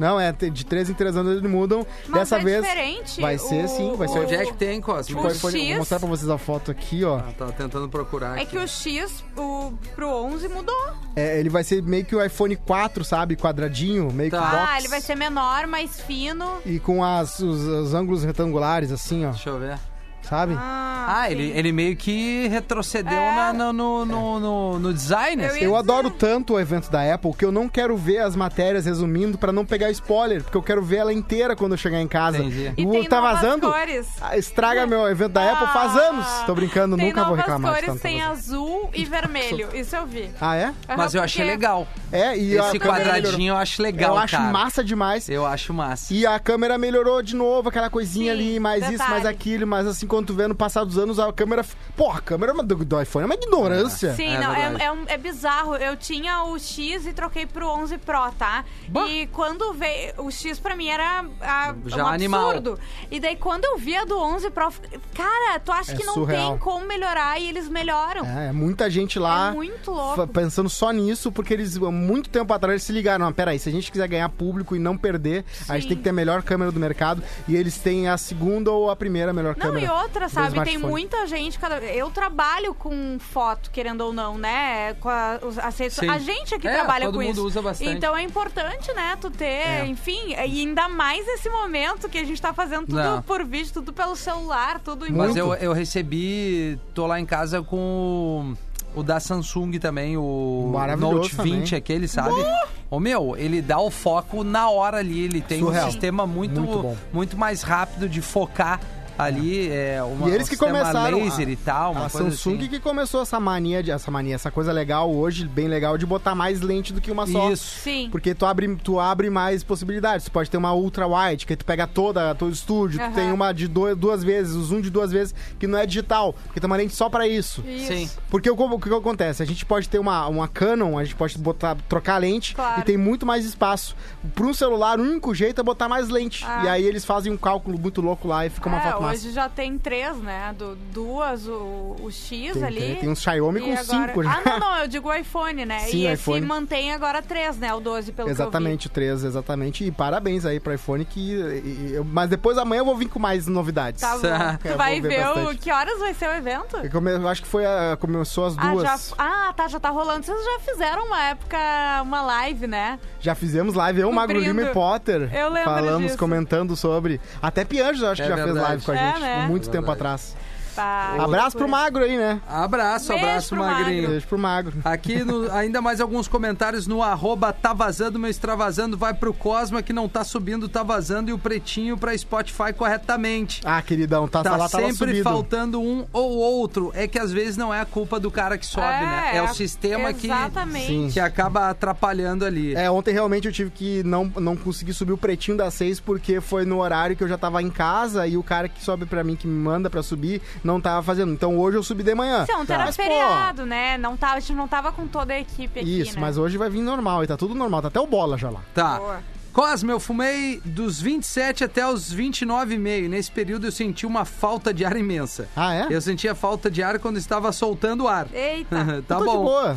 C: Não, é de três em três anos eles mudam.
D: mas
C: Dessa
D: é
C: vez.
D: diferente.
C: vai ser
D: O-
C: sim, vai ser
D: o-
B: Onde é que tem, Cosmo?
D: O
C: Foi- foi-
D: X.
C: vou mostrar pra vocês a foto aqui, ó.
B: Ah, Tava tentando procurar
D: É
B: aqui.
D: que o X o, pro 11 mudou.
C: É, ele vai ser meio que o iPhone 4, sabe? Quadradinho, meio
B: Tá.
C: que box.
D: Ah, ele vai ser menor, mais fino.
C: E com as, os, os ângulos retangulares, assim, ó.
B: Deixa eu ver.
C: Sabe?
D: Ah, É.
B: Ah, ele, ele meio que retrocedeu na- no, no, no, no, no design.
D: Eu
B: assim.
D: ia-
C: Eu adoro tanto o evento da Apple que eu não quero ver as matérias resumindo pra não pegar spoiler, porque eu quero ver ela inteira quando eu chegar em casa.
B: Entendi.
D: E
C: O
D: tem
C: tá
D: novas
C: vazando?
D: cores. Ah,
C: Ah, Estraga meu evento da Apple faz anos. Tô brincando,
D: tem
C: nunca vou
D: novas
C: reclamar. de
D: cores,
C: tanto
D: tem
C: vazando.
D: azul e vermelho. Isso eu vi.
C: Ah, é?
B: Mas eu achei
D: Porque-
B: legal.
C: É, e a
B: Esse
C: câmera melhorou.
B: quadradinho eu acho legal,
C: Eu acho
B: cara.
C: massa demais.
B: Eu acho massa.
C: E a câmera melhorou de novo, aquela coisinha
D: Sim,
C: ali, mais isso,
D: detalhe.
C: mais aquilo, mas assim, quando tu vê no passar dos anos, a câmera. Porra, a câmera do, do iPhone é uma ignorância.
D: Sim,
B: É
D: não,
B: verdade.
D: é, é, um- é bizarro. Eu tinha o X e troquei pro 11 Pro, tá?
B: Bah.
D: E quando veio. O X pra mim era a,
B: Já
D: um
B: animal.
D: absurdo. E daí quando eu vi a do 11 Pro. eu fiquei, Cara, tu acha
C: É
D: que não
C: surreal.
D: tem como melhorar e eles melhoram.
C: É, é muita gente lá.
D: É muito louco.
C: fa- Pensando só nisso, porque eles, há muito tempo atrás, eles se ligaram. Ah, peraí, se a gente quiser ganhar público e não perder, a gente
D: Sim.
C: tem que ter a melhor câmera do mercado. E eles têm a segunda ou a primeira melhor
D: Não,
C: câmera.
D: e outra,
C: do
D: sabe? Tem
C: smartphone.
D: muita gente. Cada... Eu trabalho com foto, querendo ou não, né? Com a, os, as redes-
B: Sim.
D: a gente aqui
B: É,
D: trabalha
B: todo
D: com
B: mundo
D: isso.
B: usa bastante.
D: Então é importante, né? Tu ter,
C: É.
D: enfim, e ainda mais nesse momento que a gente tá fazendo tudo
B: Não.
D: por vídeo, tudo pelo celular, tudo em
B: Mas
C: Muito.
B: eu, eu recebi, tô lá em casa com o, o da Samsung também, o
C: Maravilhoso
B: Note 20,
C: também.
B: aquele, sabe?
D: Uh!
B: Ô meu, ele dá o foco na hora ali, ele tem um
C: Surreal.
B: sistema muito,
C: Muito bom.
B: muito, mais rápido de focar ali, é, uma,
C: E eles
B: um
C: que
B: sistema
C: começaram.
B: laser
C: a,
B: e tal, uma
C: a
B: coisa
C: Samsung
B: assim.
C: que começou essa mania, de, essa mania, essa coisa legal hoje, bem legal, de botar mais lente do que uma só.
B: Isso.
D: Sim.
C: Porque tu abre, tu abre mais possibilidades. Tu pode ter uma ultra wide, que tu pega toda, todo o estúdio.
D: Aham.
C: Tu tem uma de do- duas vezes, o zoom de duas vezes, que não é digital. Porque tem uma lente só pra isso.
D: Isso.
B: Sim.
C: Porque o, como- o que que acontece? A gente pode ter uma, uma Canon, a gente pode botar, trocar a lente
D: Claro.
C: e tem muito mais espaço. Para um celular, o único jeito é botar mais lente.
D: Ah.
C: E aí eles fazem um cálculo muito louco lá e fica uma
D: é,
C: foto massa.
D: hoje já tem três, né? Do, duas, o, o X
C: Tem,
D: ali.
C: tem, tem um Xiaomi com
D: e agora...
C: cinco já.
D: Ah, não, não, eu digo o iPhone, né?
C: Sim,
D: e
C: o
D: esse
C: iPhone.
D: mantém agora três, né? O 12, pelo
C: Exatamente, o 13, exatamente. E parabéns aí pro iPhone que. e- e- eu- mas depois amanhã eu vou vir com mais novidades.
D: que eu vi. Tá bom.
B: Certo.
D: Tu
C: Eu
D: vai
C: vou ver
D: ver o...
C: bastante.
D: que horas vai ser o evento?
C: Eu come- É eu acho que foi a- começou as
D: Ah,
C: duas.
D: já,
C: já...
D: ah, tá, já tá rolando. Vocês já fizeram uma época, uma live, né?
C: fizemos live, eu, Magro
D: Cumprindo.
C: Lima e Potter.
D: Eu lembro
C: Falamos,
D: disso.
C: comentando sobre. Até Pianjo, eu acho
B: É
C: que já fez
B: verdade.
C: live com a
D: É,
C: gente.
D: né?
C: Muito
B: É
C: tempo
B: verdade.
C: atrás.
D: Pá, que
C: Abraço
D: loucura.
C: pro Magro aí, né?
B: Abraço,
D: Beijo
B: abraço,
D: pro
B: magrinho.
D: Magro.
C: Beijo pro Magro.
B: Aqui, no- ainda mais alguns comentários no arroba tá vazando, meu extravasando vai pro Cosma que não tá subindo, tá vazando e o pretinho pra Spotify corretamente.
C: Ah, queridão, tá,
B: Tá
C: lá tava
B: sempre
C: subido.
B: faltando um ou outro. É que às vezes não é a culpa do cara que sobe, né? É o sistema que,
D: Exatamente.
C: Sim.
B: que acaba atrapalhando ali.
C: É, ontem realmente eu tive que não, não consegui subir o pretinho das seis porque foi no horário que eu já tava em casa e o cara que sobe pra mim, que me manda pra subir, não tava fazendo. Então hoje eu subi de manhã.
D: Então,
C: Tá.
D: era
C: Mas, pô,
D: feriado, né? Não tava, a gente não tava com toda a equipe aqui,
C: Isso,
D: né?
C: mas hoje vai vir normal e tá tudo normal, tá até o bola já lá.
B: Tá.
D: Boa.
B: Cosme, eu fumei dos 27 até os 29,5. Nesse período eu senti uma falta de ar imensa.
C: Ah, é?
B: Eu sentia falta de ar quando estava soltando ar.
D: Eita.
B: tá
C: Tô
B: bom.
C: de boa.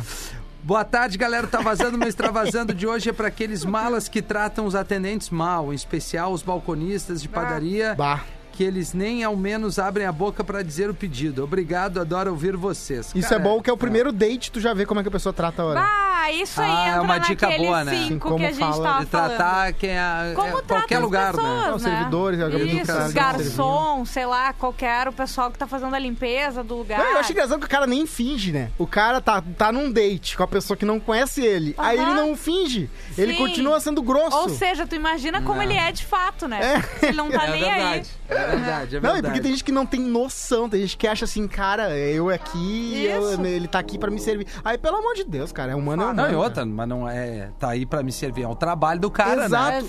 B: Boa tarde, galera. Tá vazando, mas travasando de hoje é pra aqueles malas que tratam os atendentes mal, em especial os balconistas
D: Ah.
B: de padaria,
C: Bah.
B: que eles nem ao menos abrem a boca pra dizer o pedido. Obrigado, adoro ouvir vocês. Cara,
C: Isso
B: tá.
C: é bom é que é o primeiro date, tu já vê como é que a pessoa trata a hora.
D: Ah, Ah, isso aí
B: Ah, é
D: entra
B: uma dica
D: naquele
B: boa, né?
C: Sim,
D: cinco
C: como
D: que a gente
C: fala-
D: tava
B: De tratar quem é,
D: Tá falando.
B: é
D: Como trata
B: qualquer
D: as
B: lugar,
D: pessoas,
B: né?
C: Os
D: né?
C: servidores, a galera do
D: Isso,
C: caralho,
D: os
C: que tá
D: garçom, sei lá, qualquer, o pessoal que tá fazendo a limpeza do lugar.
C: Não, eu acho engraçado que o cara nem finge, né? O cara tá, tá num date com a pessoa que não conhece ele. Aí
D: Aham.
C: ele não finge. Ele
D: Sim.
C: continua sendo grosso.
D: Ou seja, tu imagina como ele é de fato, né?
C: É.
D: Ele não tá
B: É
D: nem
B: verdade, é verdade, é verdade.
C: Não, e porque tem gente que não tem noção, tem gente que acha assim, cara, eu aqui, eu-
D: Isso.
C: ele tá aqui pra me servir. Aí, pelo amor de Deus, cara, é humano, é humano.
B: Não, e outra, mas não é. Tá aí pra me servir. É o trabalho do cara,
D: aí.
B: né?
C: Exato.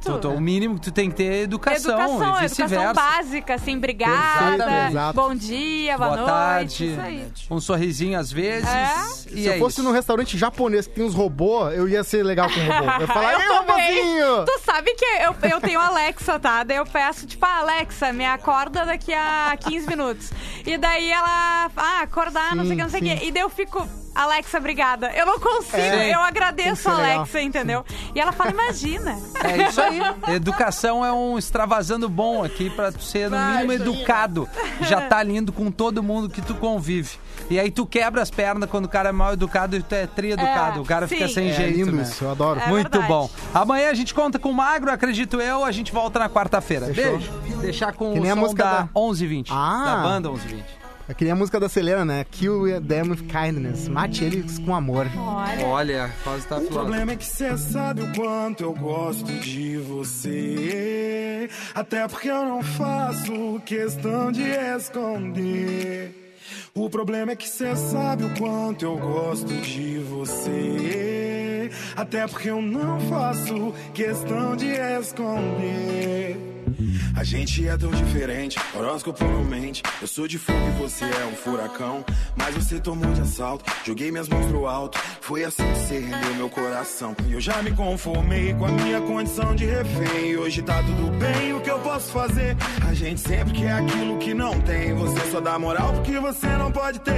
B: Tu-
D: Exato.
B: tu- o mínimo que tu tem que ter é educação,
D: educação,
B: e
D: educação
B: vice-versa.
D: básica, assim, obrigada,
C: Perfeito, exato.
D: bom dia, boa,
B: Boa
D: noite,
B: tarde.
D: isso aí.
B: Um sorrisinho às vezes.
D: É.
B: E
C: Se
B: é
C: eu fosse
B: isso.
C: num restaurante japonês que tem uns robôs, eu ia ser legal com o robô. Eu ia falar, ei,
D: Ah, também.
C: robôzinho!
D: Tu sabe que eu, eu tenho Alexa, tá? Daí eu peço, tipo, ah, Alexa, me acorda daqui a 15 minutos. E daí ela, ah, acordar, não sei o que, não sei o
C: Sim,
D: que. E daí eu fico, Alexa, obrigada. Eu não consigo,
B: É.
D: eu
C: Tem que
D: agradeço
C: ser
D: a
C: legal.
D: Alexa, entendeu? E ela fala, imagina.
B: É isso aí. Educação é um extravasando bom aqui pra tu ser no mínimo educado. Já tá lindo com todo mundo que tu convive. E aí tu quebra as pernas quando o cara é mal educado e tu é tri educado.
D: É,
B: o cara fica
D: sim.
B: sem
C: É
B: jeito.
C: lindo
B: né?
C: isso, eu adoro.
D: É
B: Muito
D: verdade.
B: bom. Amanhã a gente conta com o Magro, acredito eu. A gente volta na quarta-feira.
C: Fechou.
B: Beijo. Deixar com
C: Que
B: o
C: nem a
B: som
C: música
B: da,
C: da-
B: 1120.
C: Ah.
B: Da banda 1120.
C: Eu queria É a música da Selena, né? Kill them with kindness. Mate eles com amor.
D: Olha.
B: Olha, quase tá
F: O problema é que cê sabe o quanto eu gosto de você. Até porque eu não faço questão de esconder. O problema é que cê sabe o quanto eu gosto de você. Até porque eu não faço questão de esconder. A gente é tão diferente, horóscopo não mente. Eu sou de fogo e você é um furacão. Mas você tomou de assalto, joguei minhas mãos pro alto. Foi assim que você rendeu meu coração. E eu já me conformei com a minha condição de refém. E hoje tá tudo bem, o que eu posso fazer? A gente sempre quer aquilo que não tem. Você só dá moral porque você não pode ter.